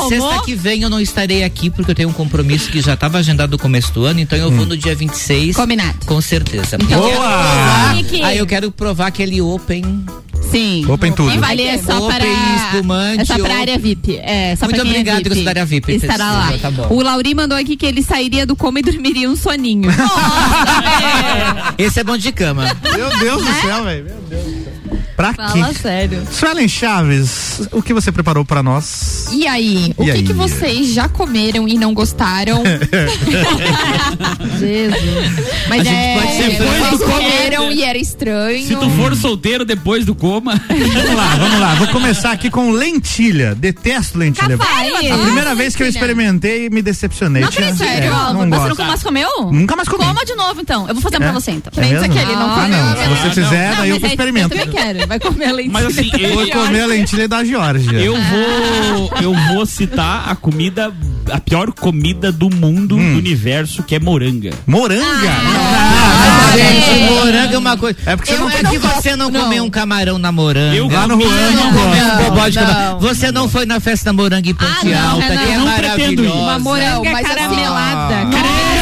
L: Tomou?
B: Sexta que vem eu não estarei aqui porque eu tenho um compromisso que já estava agendado no começo do ano, então eu
E: Hum.
B: vou no dia 26.
C: Combinado.
B: Com certeza.
C: Então,
B: Eu quero
C: Boa!
B: provar-
C: Nick.
B: Ah, Aí eu quero provar aquele open.
C: Sim.
A: Open tudo.
C: E vale é só
B: Open,
C: para
B: espumante,
C: é só para
B: open.
C: área VIP. É, só
B: Muito
C: pra quem é
B: obrigado,
C: VIP.
B: que eu sou da área VIP,
C: Estará lá.
B: tá bom.
C: O Lauri mandou aqui que ele sairia do coma e dormiria um soninho.
B: Esse é bom de cama.
A: Meu Deus do céu, velho. Pra
L: Fala
A: quê?
L: sério.
A: Suelen Chaves, o que você preparou pra nós?
I: E aí, o
A: E
I: que,
A: aí?
I: que vocês já comeram e não gostaram? Mas
E: A gente
I: é,
E: pode ser
I: vocês
E: franco com a
I: comeram
E: merda.
I: e era estranho.
E: Se tu for solteiro depois do coma.
A: Vamos lá, vamos lá. Vou começar aqui com lentilha. Detesto lentilha.
D: Capaz.
A: a primeira
D: Nossa,
A: vez que eu
D: lentilha.
A: experimentei, me decepcionei.
D: Não
A: Tinha-
D: acredito,
A: é,
D: Álvaro.
A: não
D: Você
A: gosto.
D: nunca mais comeu?
A: Nunca mais comi.
D: Coma de novo, então. Eu vou fazer um
A: É?
D: pra você, então.
A: É mesmo? Ah, não. Se você fizer, daí
L: é,
A: eu experimento.
D: é, Eu também quero. Vai comer a lentilha.
E: Mas assim,
A: Eu vou comer a lentilha da Georgia.
E: Eu vou, eu vou citar a comida, a pior comida do mundo, do universo, que é moranga.
A: Moranga?
B: Gente, morango é uma coisa.
A: É porque
B: eu,
E: você não
B: é
E: tem-
B: que você não, comeu um camarão na moranga.
E: Eu Lá
A: no Ruanda
B: não,
A: não
B: comeu
A: gosto.
B: um bobó de
A: Não,
B: camarão. Você não foi na festa da moranga em Ponte
A: não,
B: Alta,
A: não,
B: que é
A: eu não pretendo ir.
B: maravilhosa.
A: Uma
I: Não, mas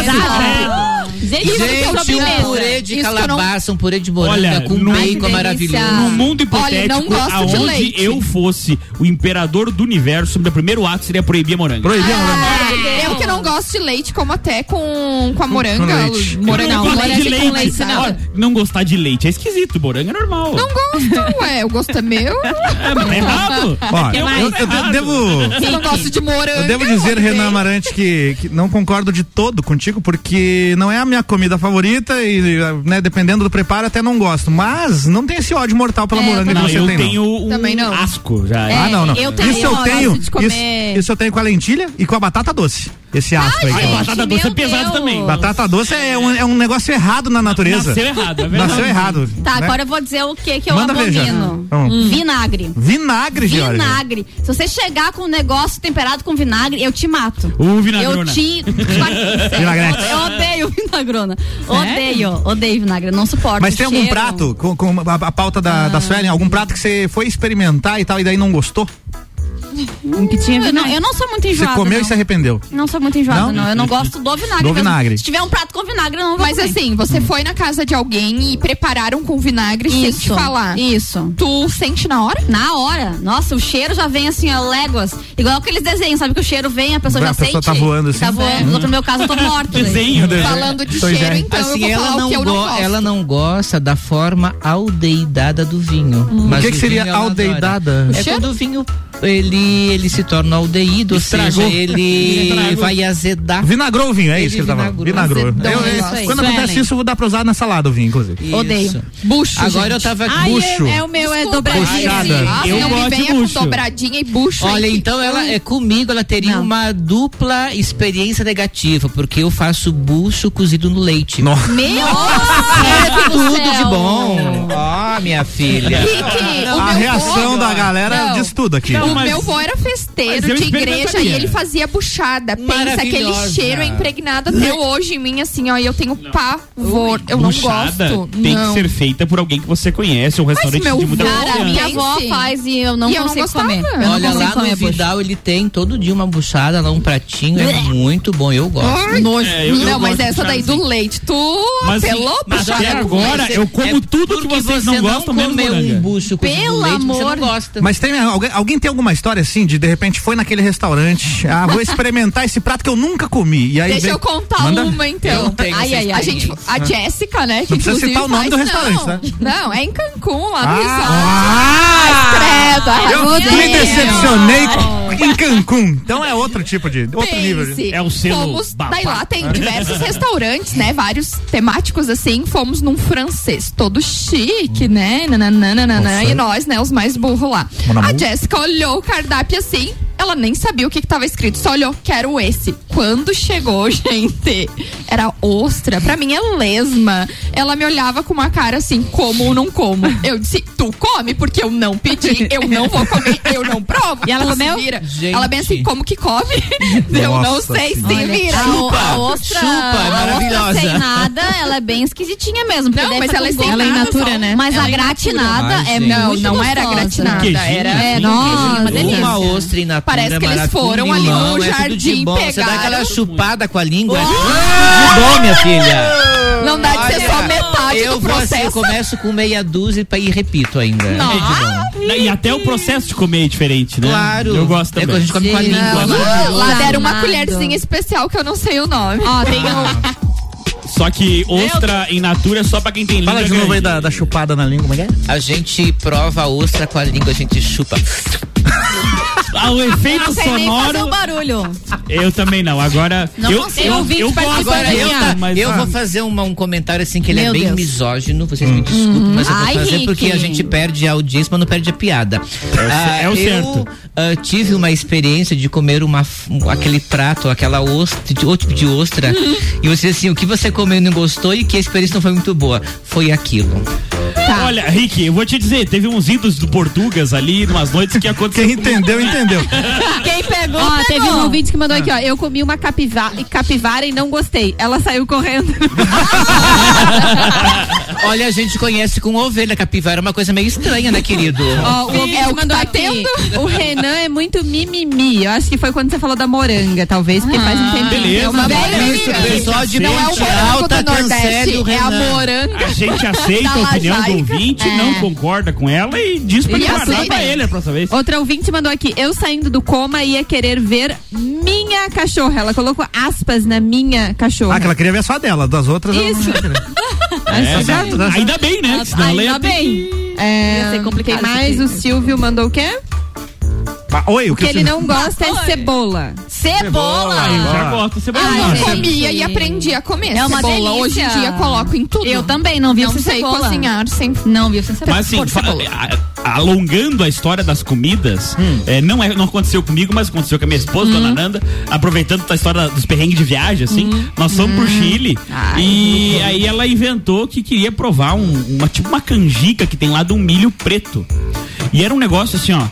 I: assim,
B: Ah.
E: Ah,
B: Gente,
I: Isso que eu
B: um
I: sobremesa.
B: purê de
I: Isso que eu não- é
B: calabaça, um purê de moranga
E: Olha,
B: com
E: no- Ai, que
B: bacon
E: delícia.
B: maravilhoso.
E: No mundo
A: é
I: Olha,
E: hipotético,
I: não gosto de
E: aonde
I: leite.
E: eu fosse o imperador do universo, meu primeiro ato seria proibir a moranga. Proibir a moranga.
I: Eu que não gosto de leite, como até com, com a
E: Com
I: moranga.
E: leite.
I: Moranga
E: Eu não
I: não,
E: gosto
I: moranga
E: de
I: com
E: leite.
I: leite não.
E: Olha, não gostar de leite é esquisito, moranga é normal.
I: Não gosto, ué. O gosto é meu. É
E: É, mas tá errado.
A: Ó, eu, eu- eu de-
I: Eu Tá não
A: devo.
I: gosto de moranga.
A: Eu devo dizer, Renan Amarante, que, que não concordo de todo contigo, porque não é a minha comida favorita e, né, dependendo do preparo, até não gosto. Mas não tem esse ódio mortal pela
E: É,
A: moranga
E: eu
A: que
E: também
A: você
E: não.
A: tem,
E: Eu tenho um
I: Também não.
E: asco já. é.
A: ah, não, não.
I: eu
A: isso
I: também
A: eu
I: gosto
A: tenho.
I: de
A: Isso,
I: comer.
A: isso eu tenho com a lentilha e com a batata doce. Esse asco aí.
E: gente,
A: que eu-
E: batata doce é meu pesado Deus. também.
A: Batata doce é um, é um negócio errado na natureza.
E: Nasceu errado, é verdade.
A: Nasceu errado.
D: Tá,
A: né?
D: agora eu vou dizer o que que eu
A: Manda ver,
D: abomino.
A: Jana. Hum.
D: Vinagre.
A: Vinagre, Georgia.
D: Vinagre. Se você chegar com um negócio temperado com vinagre, eu te mato.
A: Uh, vinagrona.
D: Eu te.
A: Vinagrete.
D: Eu odeio vinagrona. Odeio, odeio vinagre. Não suporto.
A: Mas
D: o
A: tem algum
D: cheiro.
A: prato, com, com a, a pauta da,
I: Ah.
A: da Suelen, algum prato que você foi experimentar e tal e daí não gostou?
D: Um que tinha eu, não, eu não sou muito
A: Você
D: enjoada.
A: comeu
D: não.
A: e se arrependeu.
D: Não sou muito enjoada,
A: Não?
D: não. Eu não gosto do vinagre.
A: Do
D: mesmo.
A: vinagre.
D: Se tiver um prato com vinagre, eu não vou
I: Mas
D: comer.
I: assim, você foi na casa de alguém e prepararam com vinagre sem te
D: Isso,
I: falar.
D: Isso.
I: Tu sente na hora?
D: Na hora. Nossa, o cheiro já vem assim, ó, léguas. Igual aqueles desenhos, sabe? Que o cheiro vem, a pessoa
A: A
D: já
A: pessoa
D: sente.
A: tá voando, assim.
D: Tá
I: É.
D: voando.
A: Hum.
D: No meu caso, eu tô morta. né?
I: Falando de
A: Pois
I: cheiro,
A: é.
I: então
B: assim,
I: eu vou
B: ela
I: falar o
B: não,
I: que eu não
B: go-
I: gosto.
B: ela não gosta da forma aldeidada do vinho.
I: Hum.
A: O que que
B: o
A: seria
B: vinho ela
A: aldeidada?
B: adora.
A: O
B: É
A: cheiro?
B: quando o vinho ele, ele se torna aldeído, ou seja,
A: Estragou.
B: ele
A: Estragou.
B: vai azedar.
A: Vinagrou o vinho, é isso que
B: Ele
A: ele tava.
B: vinagrou.
A: Vinagrou.
B: Azedou,
I: um
A: Eu-
B: é
A: eu-
B: isso aí.
A: Quando
B: Suelen.
A: acontece isso, eu vou dar pra usar na salada o vinho, inclusive.
B: Isso.
D: Odeio.
I: Bucho,
B: Agora
I: gente.
B: eu tava
I: Ai,
A: Bucho.
I: É, é o meu, é dobradinha.
A: Buchada.
I: assim.
A: Eu
I: não
A: gosto
I: me
A: de
I: venha
A: bucho.
I: com dobradinha e bucho.
B: Olha,
I: hein?
B: então ela é comigo, ela teria uma dupla experiência negativa, porque eu faço bucho cozido no leite.
D: Meu
B: É
D: Deus do
B: tudo de
D: céu.
B: bom. Ó, minha filha.
I: Kiki, o
A: a
I: meu
A: reação
I: vô-
A: da galera
I: Não.
A: diz tudo aqui.
I: o meu avô era
A: mas
I: festeiro
A: eu
I: de igreja e
A: experimentaria.
I: ele fazia buchada. Pensa, aquele
B: Maravilhosa.
I: cheiro é impregnado até hoje em mim, assim, ó. E eu tenho pavor. Eu não
E: Buchada
I: gosto.
E: tem
I: não.
E: que ser feita por alguém que você conhece, um restaurante
I: meu
E: de muita
I: vô-
D: Cara, a minha
I: Pense.
D: avó faz e eu não
I: E eu não
D: consigo
I: gostava.
D: comer. Eu
B: Olha
D: não consigo
B: lá no
D: comer bucho.
B: Vidal, ele tem todo dia uma buchada lá, um pratinho. É muito bom, eu gosto.
I: Ai, nojo.
B: É, eu- eu
I: não, mas
B: gosto de
I: essa daí do leite. Tu
B: Mas
I: apelou
B: e- mas é
I: pra
B: até agora eu como
E: tudo que vocês não gostam, menos
B: comeu
E: moranga.
B: um bucho com
D: Pelo
B: leite, você não
D: amor.
B: gosta.
A: Mas tem alguém, alguém tem alguma história assim de de repente foi naquele restaurante, ah, vou experimentar esse prato que eu nunca comi. E aí
I: Deixa
A: vem-
I: eu contar
A: Manda- Ah.
I: uma, então.
B: Eu tenho
I: ai,
B: essa
I: ai, ai. A, gente,
B: experiência.
I: a Jéssica, né? Que
A: Não precisa
I: inclusive
A: citar o nome do
I: faz-
A: restaurante,
I: não,
A: tá?
I: Não, é em Cancún, lá no
A: Ah,
I: resort. Ah, credo.
A: Eu
I: meu
A: me
I: Deus.
A: decepcionei em Cancún. Então é outro tipo de. Outro nível.
I: Pense,
D: É
A: de-
I: Fomos, daí lá tem diversos restaurantes, né? Vários temáticos assim. Fomos num francês, todo chique, né? Nananana,
A: Nossa.
I: e nós, né? Os mais burros lá.
A: Mon amour.
I: A Jéssica olhou o cardápio assim. Ela nem sabia o que, que tava escrito, só olhou, quero esse. Quando chegou, gente, era ostra, pra mim é lesma. Ela me olhava com uma cara assim, como ou não como. Eu disse, tu come, porque eu não pedi, eu não vou comer, eu não provo.
D: E ela
I: tu se
D: comeu?
I: vira.
B: Gente.
I: Ela bem assim, como que come? Eu não
A: Nossa
I: sei se
D: Olha,
I: vira.
D: a, o- a ostra,
B: chupa, é
D: a ostra
B: maravilhosa.
D: sem nada, ela é bem esquisitinha mesmo. porque
I: Não,
D: deve
I: mas
D: tá
I: ela é
D: com
I: sem
D: gosto.
I: Ela é in nada, natura, só. né?
D: Mas
I: Ela
D: a
I: é in
D: gratinada
B: natura.
D: é
B: Ai,
D: muito
B: gente.
I: Não, não era
D: gostosa.
B: Um
I: gratinada,
E: Queijinho,
I: era- um
D: É,
E: assim.
D: nossa, uma delícia.
B: Uma ostra in natura
I: Parece que eles
B: maravilhosa,
I: foram
B: com
I: ali no
B: limão, é tudo de
I: jardim,
B: bom. Você dá aquela
I: pegaram- Oh!
B: chupada com a língua. é tudo de bom, minha filha.
I: Não dá de ser só metade
B: eu
I: do
B: vou assim, eu
I: processo.
B: começo com meia dúzia pra- e repito ainda.
I: Não. Ah,
B: É de bom.
E: Né, E até o processo de comer é diferente, né?
B: Claro.
E: Eu gosto
B: É
E: também.
B: que a gente come com a
I: Não, Ah,
B: língua. né?
I: lá- lá deram uma
D: Amado.
I: colherzinha especial que eu não sei o nome.
D: Ó, tem um-
E: Só que ostra em natura é só pra quem tem língua.
A: Fala de novo aí
E: grande.
A: da, da chupada na língua, como é que é?
B: A gente prova a ostra com a língua, a gente chupa.
E: Ah, o efeito
D: não sei nem fazer o
E: sonoro.
D: barulho.
E: Eu também não. Agora.
D: Não
E: eu,
D: consigo ouvir de participar
B: Agora eu,
D: aqui,
B: tá-
D: ó. Mas,
B: eu
D: ah.
B: vou fazer uma- um comentário assim que ele
D: Meu
B: é bem
D: Deus.
B: misógino, vocês me desculpem,
D: Uhum.
B: mas eu vou
D: Ai,
B: fazer
D: Rick.
B: porque a gente perde a audiência, mas não perde a piada.
E: o
B: Ah,
E: cer- é o
B: eu
E: certo.
B: ah, tive uma experiência de comer uma, f- um- aquele prato, aquela ostra, de, outro tipo de ostra, e você assim, o que você comeu e não gostou e que a experiência não foi muito boa. Foi aquilo.
I: Tá.
E: Olha, Rick, eu vou te dizer, teve uns ídolos do Portugas ali, umas noites que aconteceu. Quem
A: entendeu, entendeu.
C: Ah,
D: Quem pegou,
C: Ó,
D: pegou.
C: teve um ouvinte que mandou aqui, ó. Eu comi uma capiva- capivara e não gostei. Ela saiu correndo.
B: Olha, a gente conhece com ovelha capivara, é uma coisa meio estranha, né, querido?
C: Ó, o ouvinte mandou aqui. O Renan é muito mimimi. Eu acho que foi quando você falou da moranga, talvez, porque faz um tempinho.
E: beleza.
C: é uma
E: Beleza,
C: moranga.
E: beleza. Só de frente alta, cancele o
C: é a
E: Renan.
C: moranga.
E: A gente aceita a opinião do
C: Lajaica.
E: ouvinte,
C: É.
E: não concorda com ela e diz pra
C: Ele
E: ele guardar
C: aceita.
E: pra ele a próxima vez.
C: Outra ouvinte mandou aqui, eu saindo do coma ia querer ver minha cachorra. Ela colocou aspas na minha cachorra.
A: Ah, que ela queria ver só a dela, das outras eu não né?
C: Isso.
A: ia querer.
E: É,
A: tá certo, tá certo.
E: ainda bem, né? Senão ela ia
C: Ainda
E: ter
C: bem.
D: Ia
C: É,
D: ser complicado
C: tem mais,
D: isso
C: o
D: aqui.
C: Silvio mandou o quê?
A: Mas, Oi, o
C: que
A: que
C: ele
A: você-
C: não gosta é cebola.
D: Cebola!
A: Ah, eu já
E: gosto, você
I: Eu
D: Ai,
I: não
D: gente.
I: comia e aprendi a comer.
D: É uma
I: cebola.
D: delícia.
I: Hoje em dia coloco em tudo.
D: Eu também não vivo
I: Não
D: sem
I: sei
D: cebola.
I: cozinhar sem.
D: Não viu
L: tá
D: sem saber.
E: Mas assim,
D: Por
E: fa-
D: cebola.
E: a- alongando a história das comidas, é, não, é, não aconteceu comigo, mas aconteceu com a minha esposa, dona Nanda, aproveitando a história dos perrengues de viagem, assim, nós fomos pro Chile e aí ela inventou que queria provar um- uma tipo uma canjica que tem lá de um milho preto. E era um negócio assim, ó.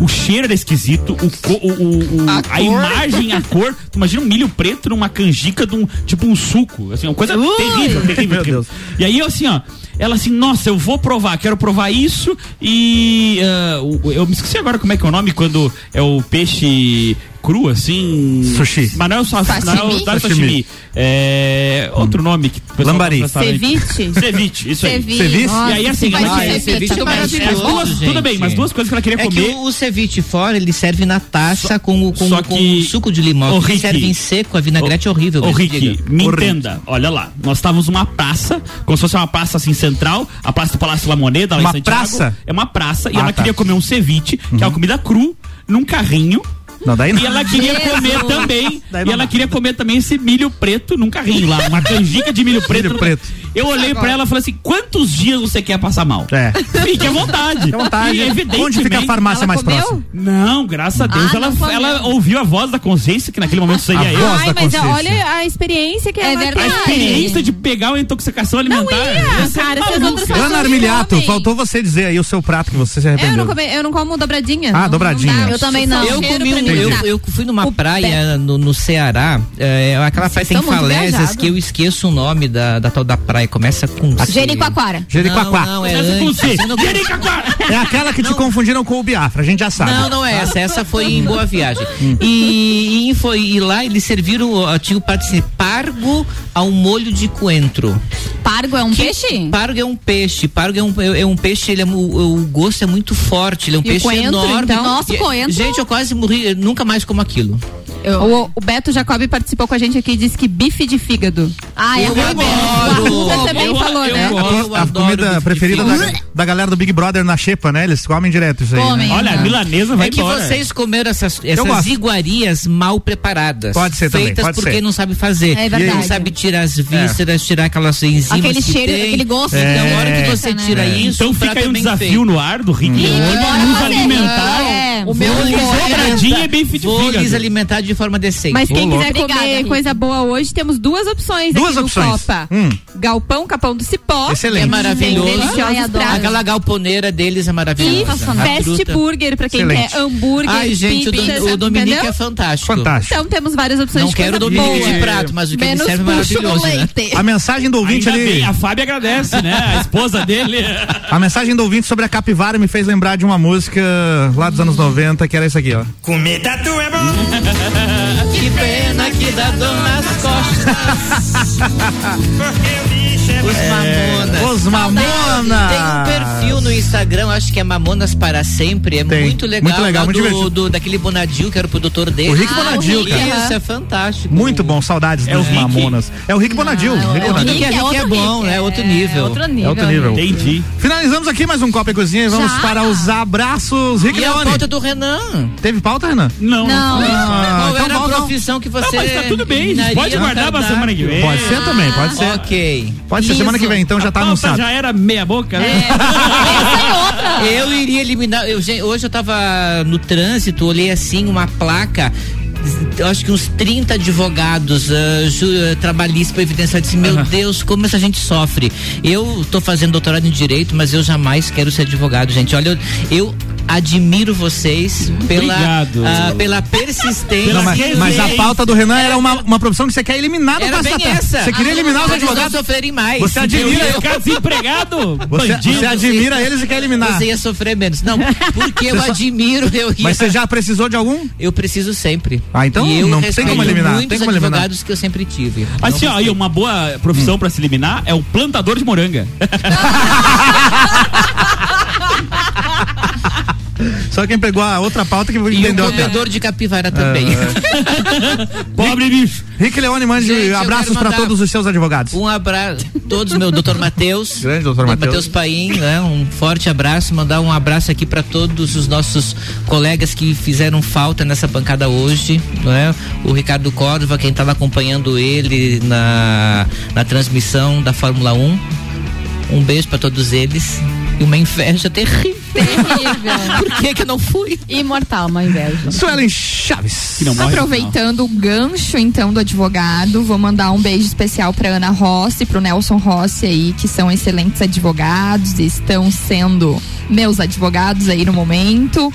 E: O cheiro era esquisito, o, co- o- o- o- a,
K: cor.
E: imagem, a cor. Tu imagina um milho preto numa canjica de um tipo um suco. Assim, uma coisa
K: Ui.
E: terrível, terrível.
A: Meu
E: terrível. E aí eu assim, ó. Ela assim, nossa, eu vou provar, quero provar isso e. ah, o- eu me esqueci agora como é que é o nome quando é o peixe cru, assim. Sushi. Mas não é o sa-
K: Sashimi?
E: não é o- não é o
A: Sashimi.
E: sashimi. É. Outro nome que. o pessoal
A: Lambari.
E: fala no
C: é
E: restaurante.
C: Ceviche?
E: Ceviche, é isso aí.
C: Ceviche. Nossa,
E: E aí assim,
C: mas
E: ela-
C: esse
E: é,
C: ceviche
E: ceviche
C: é
E: mas-
C: maravilhoso,
E: as duas- Tudo
B: gente.
E: bem, mas duas coisas que ela queria
B: É
E: comer.
B: que o, o ceviche fora, ele serve na taça com, o, com,
E: só
B: com
E: que-
B: o suco de limão.
E: Ô,
B: Ele
E: Rick.
B: serve em seco, a vinagrete é horrível.
E: Ô,
B: mas
E: Rick,
B: diga.
E: me
B: Ô, Rick.
E: entenda. Olha lá, nós estávamos numa praça, como se fosse uma praça assim central, a praça do Palácio Lamoneda, lá
A: Uma
E: em Santiago.
A: praça?
E: É uma praça, e
A: Ah,
E: ela
A: tá. Uhum.
E: queria comer um ceviche, que é uma comida cru, num carrinho.
A: Não, daí não.
E: E ela queria comer também.
A: Daí
E: E
A: não
E: ela
A: dá.
E: queria comer também esse milho preto num carrinho lá. Uma canjica de milho preto. num-
A: preto.
E: Eu olhei pra ela e falei assim: quantos dias você quer passar mal?
A: É.
E: Fique à vontade.
A: Fique à vontade.
E: E, evidentemente,
A: Onde fica a farmácia Ela mais comeu? próxima?
E: Não, graças a Deus.
C: Ah,
E: ela,
C: não comeu.
E: ela ouviu a voz da consciência, que naquele momento seria eu.
C: Ai, mas olha a experiência que
D: É
C: ela
D: verdade.
E: A experiência de pegar uma intoxicação
A: tá,
E: alimentar.
C: ia, cara, se as outras pessoas
A: um Ana
C: não
A: Armiliato,
C: comem.
A: faltou você dizer aí o seu prato que você se
C: Eu
A: arrependeu.
C: não, come, eu não como dobradinha.
A: Ah, dobradinha.
C: dá.
A: Eu
D: também não.
C: Só
B: Eu
C: cheiro
B: comi
C: pra
B: um,
C: mim não
B: eu,
C: dá.
B: eu fui numa praia no, no Ceará, é, aquela praia tem
D: estão muito
B: falésias
D: viajados.
B: que eu esqueço o nome da, da tal da praia, começa com C.
D: Jericoacoara.
A: Jericoacoara.
B: Não, não, é
A: Começa com
B: antes.
A: C.
B: Assim, não-
A: É aquela que te confundiram com o Biafra, a gente já sabe.
B: Não, não é essa. Essa foi em Boa Viagem. E, e foi, e lá eles serviram, ó, tinha o prato assim, pargo ao molho de coentro.
D: Pargo é um peixe?
B: Pargo é um peixe. Pargo é um, é, é um peixe, ele é, mu- o, o gosto é muito forte. Ele é um
C: E o
B: peixe
C: coentro,
B: enorme.
C: então? Nossa,
B: E- é,
C: o coentro-
B: Gente, eu quase morri, eu nunca mais como aquilo.
C: O, o Beto Jacob participou com a gente aqui e disse que bife de fígado.
D: Ah,
L: é
C: eu
B: adoro.
C: Você também
B: Eu-
C: falou,
B: eu
C: né?
A: A,
B: Eu
A: co- a
B: adoro bife
A: comida
B: de
A: preferida da,
B: fígado.
A: da galera do Big Brother na xepa, né? Eles comem direto isso aí.
D: Comem,
A: né?
D: Olha, a aham.
E: milanesa
B: é que vocês comeram essas,
A: Eu
B: essas
A: gosto.
B: iguarias mal preparadas.
A: Pode ser também,
B: Feitas
A: pode
B: por
A: ser. É.
B: quem não sabe fazer.
D: É
B: Quem não
D: verdade.
B: sabe tirar as vísceras, tirar aquelas enzimas
D: Aquele
B: que
D: cheiro,
B: tem.
D: aquele gosto.
B: Então,
D: É.
B: na hora que você
D: Né?
B: tira isso,
E: Então
B: o
E: fica
B: prato
E: aí
B: é
E: um
B: bem
E: desafio
B: feito.
E: no ar do Rick. Olha, nos alimentaram.
C: É.
B: O meu
E: Vou lhes dobradinha é bem fit
B: Vou
E: fígado.
B: lhes alimentar de forma decente.
C: Mas quem quiser comer
D: Obrigada, Rita.
C: coisa boa hoje, temos duas opções
B: Duas
C: aqui no
B: opções.
C: Copa.
B: Hum.
C: Galpão, Capão do Cipó.
B: é maravilhoso.
C: Tem deliciosos pratos.
B: Aquela galponeira deles é
C: E
B: maravilhosa. A
C: fast
B: truta.
C: burger, pra quem
B: Excelente.
C: quer hambúrguer,
B: Ai, gente, o, Dom-
C: pizzas,
B: o Dominique
C: entendeu?
B: é fantástico.
A: Fantástico.
C: Então temos várias opções
B: Não
C: de
B: quero
C: coisa
B: Dominique
C: boa.
B: de prato, mas o que ele
C: Menos
B: serve é
C: puxo no
B: maravilhoso, né?
C: leite.
A: A mensagem do ouvinte
E: Ainda
A: ali.
E: bem, a Fábio agradece, né? A esposa dele.
A: A mensagem do ouvinte sobre a capivara me fez lembrar de uma música lá dos anos 90, que era isso aqui, ó.
K: Comer tatu é bom.
B: Que pena que
R: que dá dor nas costas. Os
A: É,
R: Mamonas.
A: os Mamonas.
B: Tem um perfil no Instagram, acho que é Mamonas para sempre. É muito legal.
A: muito legal,
B: lá
A: muito divertido.
B: do, do- daquele Bonadil, que era o produtor dele.
A: O Rick Bonadil,
B: Ah, Rick,
A: cara.
B: Isso é fantástico.
A: Muito bom, saudades
B: É o
A: dos
B: Rick.
A: Mamonas. É o Rick Bonadil. Rick
B: É o
A: Bonadil.
B: Rick, é,
A: É
B: outro bom, é outro nível.
A: outro nível.
E: Entendi.
A: Finalizamos aqui mais um Copa e Cozinha e vamos
B: Já?
A: para os abraços. Rick
B: E é a
A: Leone.
B: pauta do Renan?
A: Teve pauta, Renan?
B: Não.
A: Ah,
B: Qual
A: então
B: era a
A: volta.
B: profissão que você.
A: Não, mas tá tudo bem, gente. Pode
B: eliminaria
A: guardar
B: no
A: pra
B: cardápio?
A: semana que vem. Pode ser também, pode ser.
B: Ok.
A: Pode ser semana que vem, então já tá
E: A pauta
A: anunciado.
E: já era meia boca, né?
B: é Eu iria eliminar. eu, gente, hoje eu tava no trânsito, olhei assim uma placa. eu Acho que uns 30 advogados ah, ju- ah, trabalhistas para evidenciar. Eu Disse, meu Deus, como essa gente sofre. Eu tô fazendo doutorado em direito, mas eu jamais quero ser advogado, gente. Olha, eu, eu admiro vocês pela,
A: Obrigado.
B: ah, pela persistência.
A: Não, mas, mas a pauta do Renan era uma, uma profissão que você quer eliminar do
B: Era
A: Costa
B: bem
A: Terra.
B: essa.
A: Você queria
B: Ah,
A: eliminar os
B: pra eles não
A: advogados.
B: sofrerem mais.
A: Você admira
B: Entendeu?
A: Ficar
E: desempregado.
A: Você,
B: bandido. tá-
A: você admira eles e quer eliminar.
B: Você ia sofrer menos. Não, porque eu
A: Você só-
B: admiro. Eu ia...
A: Mas você já precisou de algum?
B: Eu preciso sempre.
A: Ah, então
B: e eu
A: não tem
B: respeito
A: como eliminar.
B: muitos
A: Tem como eliminar. Hum.
B: advogados que eu sempre tive.
E: Assim, ó, e uma boa profissão pra se eliminar é o plantador de moranga.
A: Só quem pegou a outra pauta que
B: E o
A: entendeu. até.
B: comedor de capivara também.
A: É, Pobre bicho. Rick Leone, mande
B: Gente, eu
A: abraços
B: quero
A: pra
B: mandar
A: todos os seus advogados.
B: Um abraço todos, meu doutor Matheus.
A: Grande doutor Matheus.
B: Paim, né? Um forte abraço, mandar um abraço aqui para todos os nossos colegas que fizeram falta nessa bancada hoje, né? O Ricardo Córdova, quem estava acompanhando ele na, na transmissão da Fórmula 1. Um beijo para todos eles e uma inveja terrível. Por que que eu não fui?
L: Imortal, uma inveja.
A: Suelen Chaves. Que
I: Aproveitando o gancho, então, do advogado, vou mandar um beijo especial pra Ana Rossi, pro Nelson Rossi aí, que são excelentes advogados e estão sendo meus advogados aí no momento.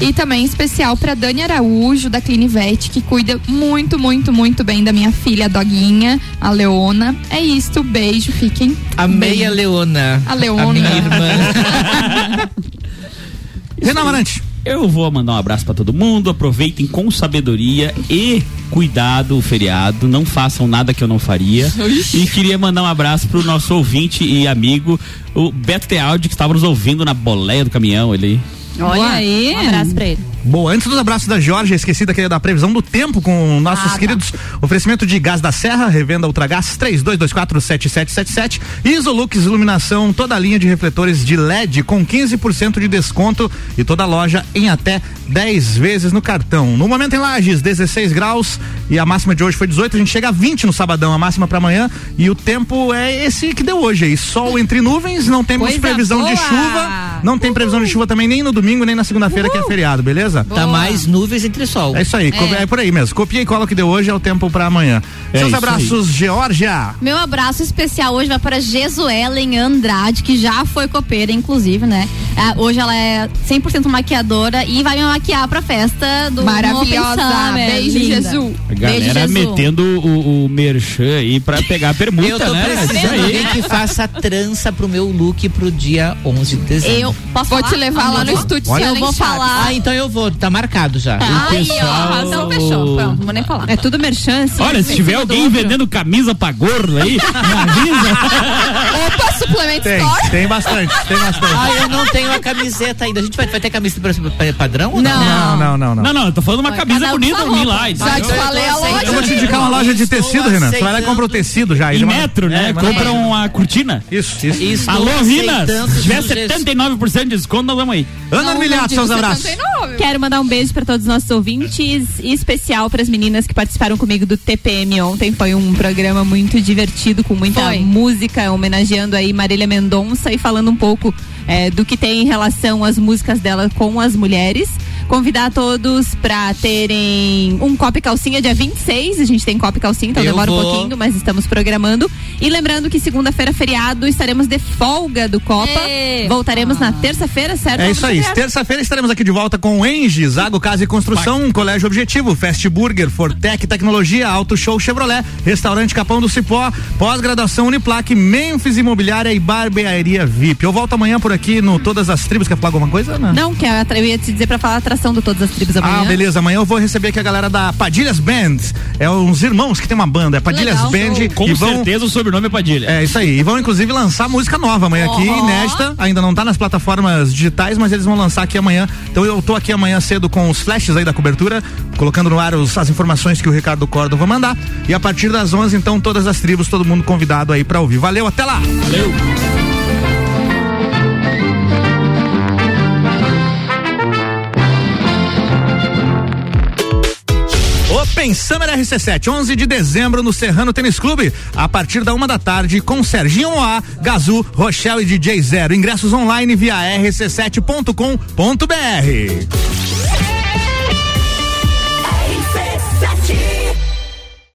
I: E também especial pra Dani Araújo, da Clinivete, que cuida muito, muito, muito bem da minha filha, a doguinha, a Leona. É isto, beijo, fiquem.
B: Amei
I: bem.
B: a Leona.
I: A Leona.
B: minha irmã.
A: Renan Amarante.
E: Eu vou mandar um abraço pra todo mundo. Aproveitem com sabedoria e cuidado o feriado. Não façam nada que eu não faria. E queria mandar um abraço pro nosso ouvinte e amigo, o Beto Tealdi, que estava nos ouvindo na boleia do caminhão ali.
D: Olha aí. Um abraço pra ele.
A: Bom, antes dos abraços da Jorge, esqueci daquele da previsão do tempo com
B: Ah,
A: nossos
B: tá.
A: queridos. Oferecimento de Gás da Serra, revenda Ultragás 32247777 e Isolux Iluminação, toda a linha de refletores de LED com 15% de desconto e toda a loja em até 10 vezes no cartão. No momento em Lages, 16 graus e a máxima de hoje foi 18, a gente chega a 20 no sabadão, a máxima para amanhã e o tempo é esse que deu hoje aí, sol entre nuvens, não temos
B: Coisa
A: previsão de
B: boa!
A: chuva, não tem previsão de chuva também nem no domingo, nem na segunda-feira que é feriado, beleza?
B: Tá mais nuvens entre sol.
A: É isso aí, co- é. por aí mesmo. Copia e cola o que deu hoje, é o tempo pra amanhã.
E: É
A: Seus
E: isso
A: abraços, Georgia.
L: Meu abraço especial hoje vai para Jesuelen Andrade, que já foi copeira, inclusive, né? Ah, hoje ela é 100% maquiadora e vai me maquiar pra festa do
I: Maravilhosa.
L: Open Summer.
I: Beijo,
L: Linda.
I: Jesus.
E: A
L: Beijo,
E: galera
L: Jesus.
E: metendo o, o merchan aí pra pegar a permuta,
B: Eu tô
E: né?
B: precisando
E: Isso aí.
B: alguém que faça trança pro meu look pro dia 11 de dezembro.
L: Eu posso
I: Vou
L: falar?
I: te levar
L: Ah,
I: lá
L: não
I: no
L: vou?
I: estúdio,
L: Olha,
I: se
L: eu vou
I: ela enxerga.
L: falar.
B: Ah, então eu vou, tá marcado já. um
L: Aí, ó,
E: pessoal-
L: então fechou. Pronto, não vou nem falar.
C: É tudo merchan, assim,
E: Olha, se
C: em
E: tiver
C: cima do
E: alguém
C: outro.
E: vendendo camisa pra gordo aí, me avisa.
I: Opa, suplemento
A: Tem,
I: store.
A: tem bastante, tem bastante.
B: Ah, eu não tenho a camiseta ainda. A gente vai, vai ter camisa pra- pra- padrão ou não?
A: Não, não, não, não.
E: Não, não, eu tô falando uma camisa
B: cada um
E: bonita
B: com a
E: pra mim
B: roupa.
E: lá. isso
B: Já
E: aí.
B: te falei a loja.
A: Eu vou te indicar uma loja de tecido, Renan. Você vai lá e compra o tecido já.
E: Em metro, né?
A: É, manda
E: Compra
A: pra-
E: uma cortina.
A: Isso, isso.
B: Estou
E: Alô, Rinas!
B: aceitando
E: Se tiver
B: sugestões.
E: 79% de desconto, nós vamos aí.
A: Ana Armilhato, seus abraços.
C: Quero mandar um beijo para todos os nossos ouvintes, e especial para as meninas que participaram comigo do TPM ontem. Foi um programa muito divertido, com muita música, homenageando aí Marília Mendonça e falando um pouco eh, do que tem em relação às músicas dela com as mulheres. Convidar todos para terem um copo e calcinha dia 26. A gente tem copo e calcinha, então
B: Eu
C: demora um
B: vou.
C: pouquinho, mas estamos programando. E lembrando que segunda-feira, é feriado, estaremos de folga do Copa. Voltaremos na terça-feira, certo?
A: É
C: Vamos
A: isso aí.
C: chegar.
A: Terça-feira estaremos aqui de volta com Engie, Zago Casa e Construção, Colégio Objetivo, Fast Burger, Fortec Tecnologia, Auto Show Chevrolet, Restaurante Capão do Cipó, Pós-Graduação Uniplac, Memphis Imobiliária e Barbearia VIP. Eu volto amanhã por aqui no Todas as Tribos. Quer falar alguma coisa, Ana?
C: Não, que é eu atra- eu ia te dizer pra falar atração do Todas as Tribos amanhã.
A: Ah, beleza. Amanhã eu vou receber aqui a galera da Padilhas Band. É uns irmãos que tem uma banda, é Padilhas
E: Legal,
A: Band.
E: Com
A: e vão-
E: certeza o sobrenome é Padilha.
A: É isso aí. E vão inclusive lançar música nova amanhã aqui,
E: Ó.
A: inédita. Ainda não tá nas plataformas digitais, mas eles vão lançar aqui amanhã. Então eu tô aqui amanhã cedo com os flashes aí da cobertura, colocando no ar os- as informações que o Ricardo Córdova mandar. E a partir das 11, então, todas as tribos, todo mundo convidado aí pra ouvir. Valeu, até lá!
E: Valeu!
A: Open Summer RC7, 11 de dezembro no Serrano Tênis Clube, a partir da uma da tarde com Serginho Moá, Gazu, Rochelle e DJ Zero. Ingressos online via rc7.com.br.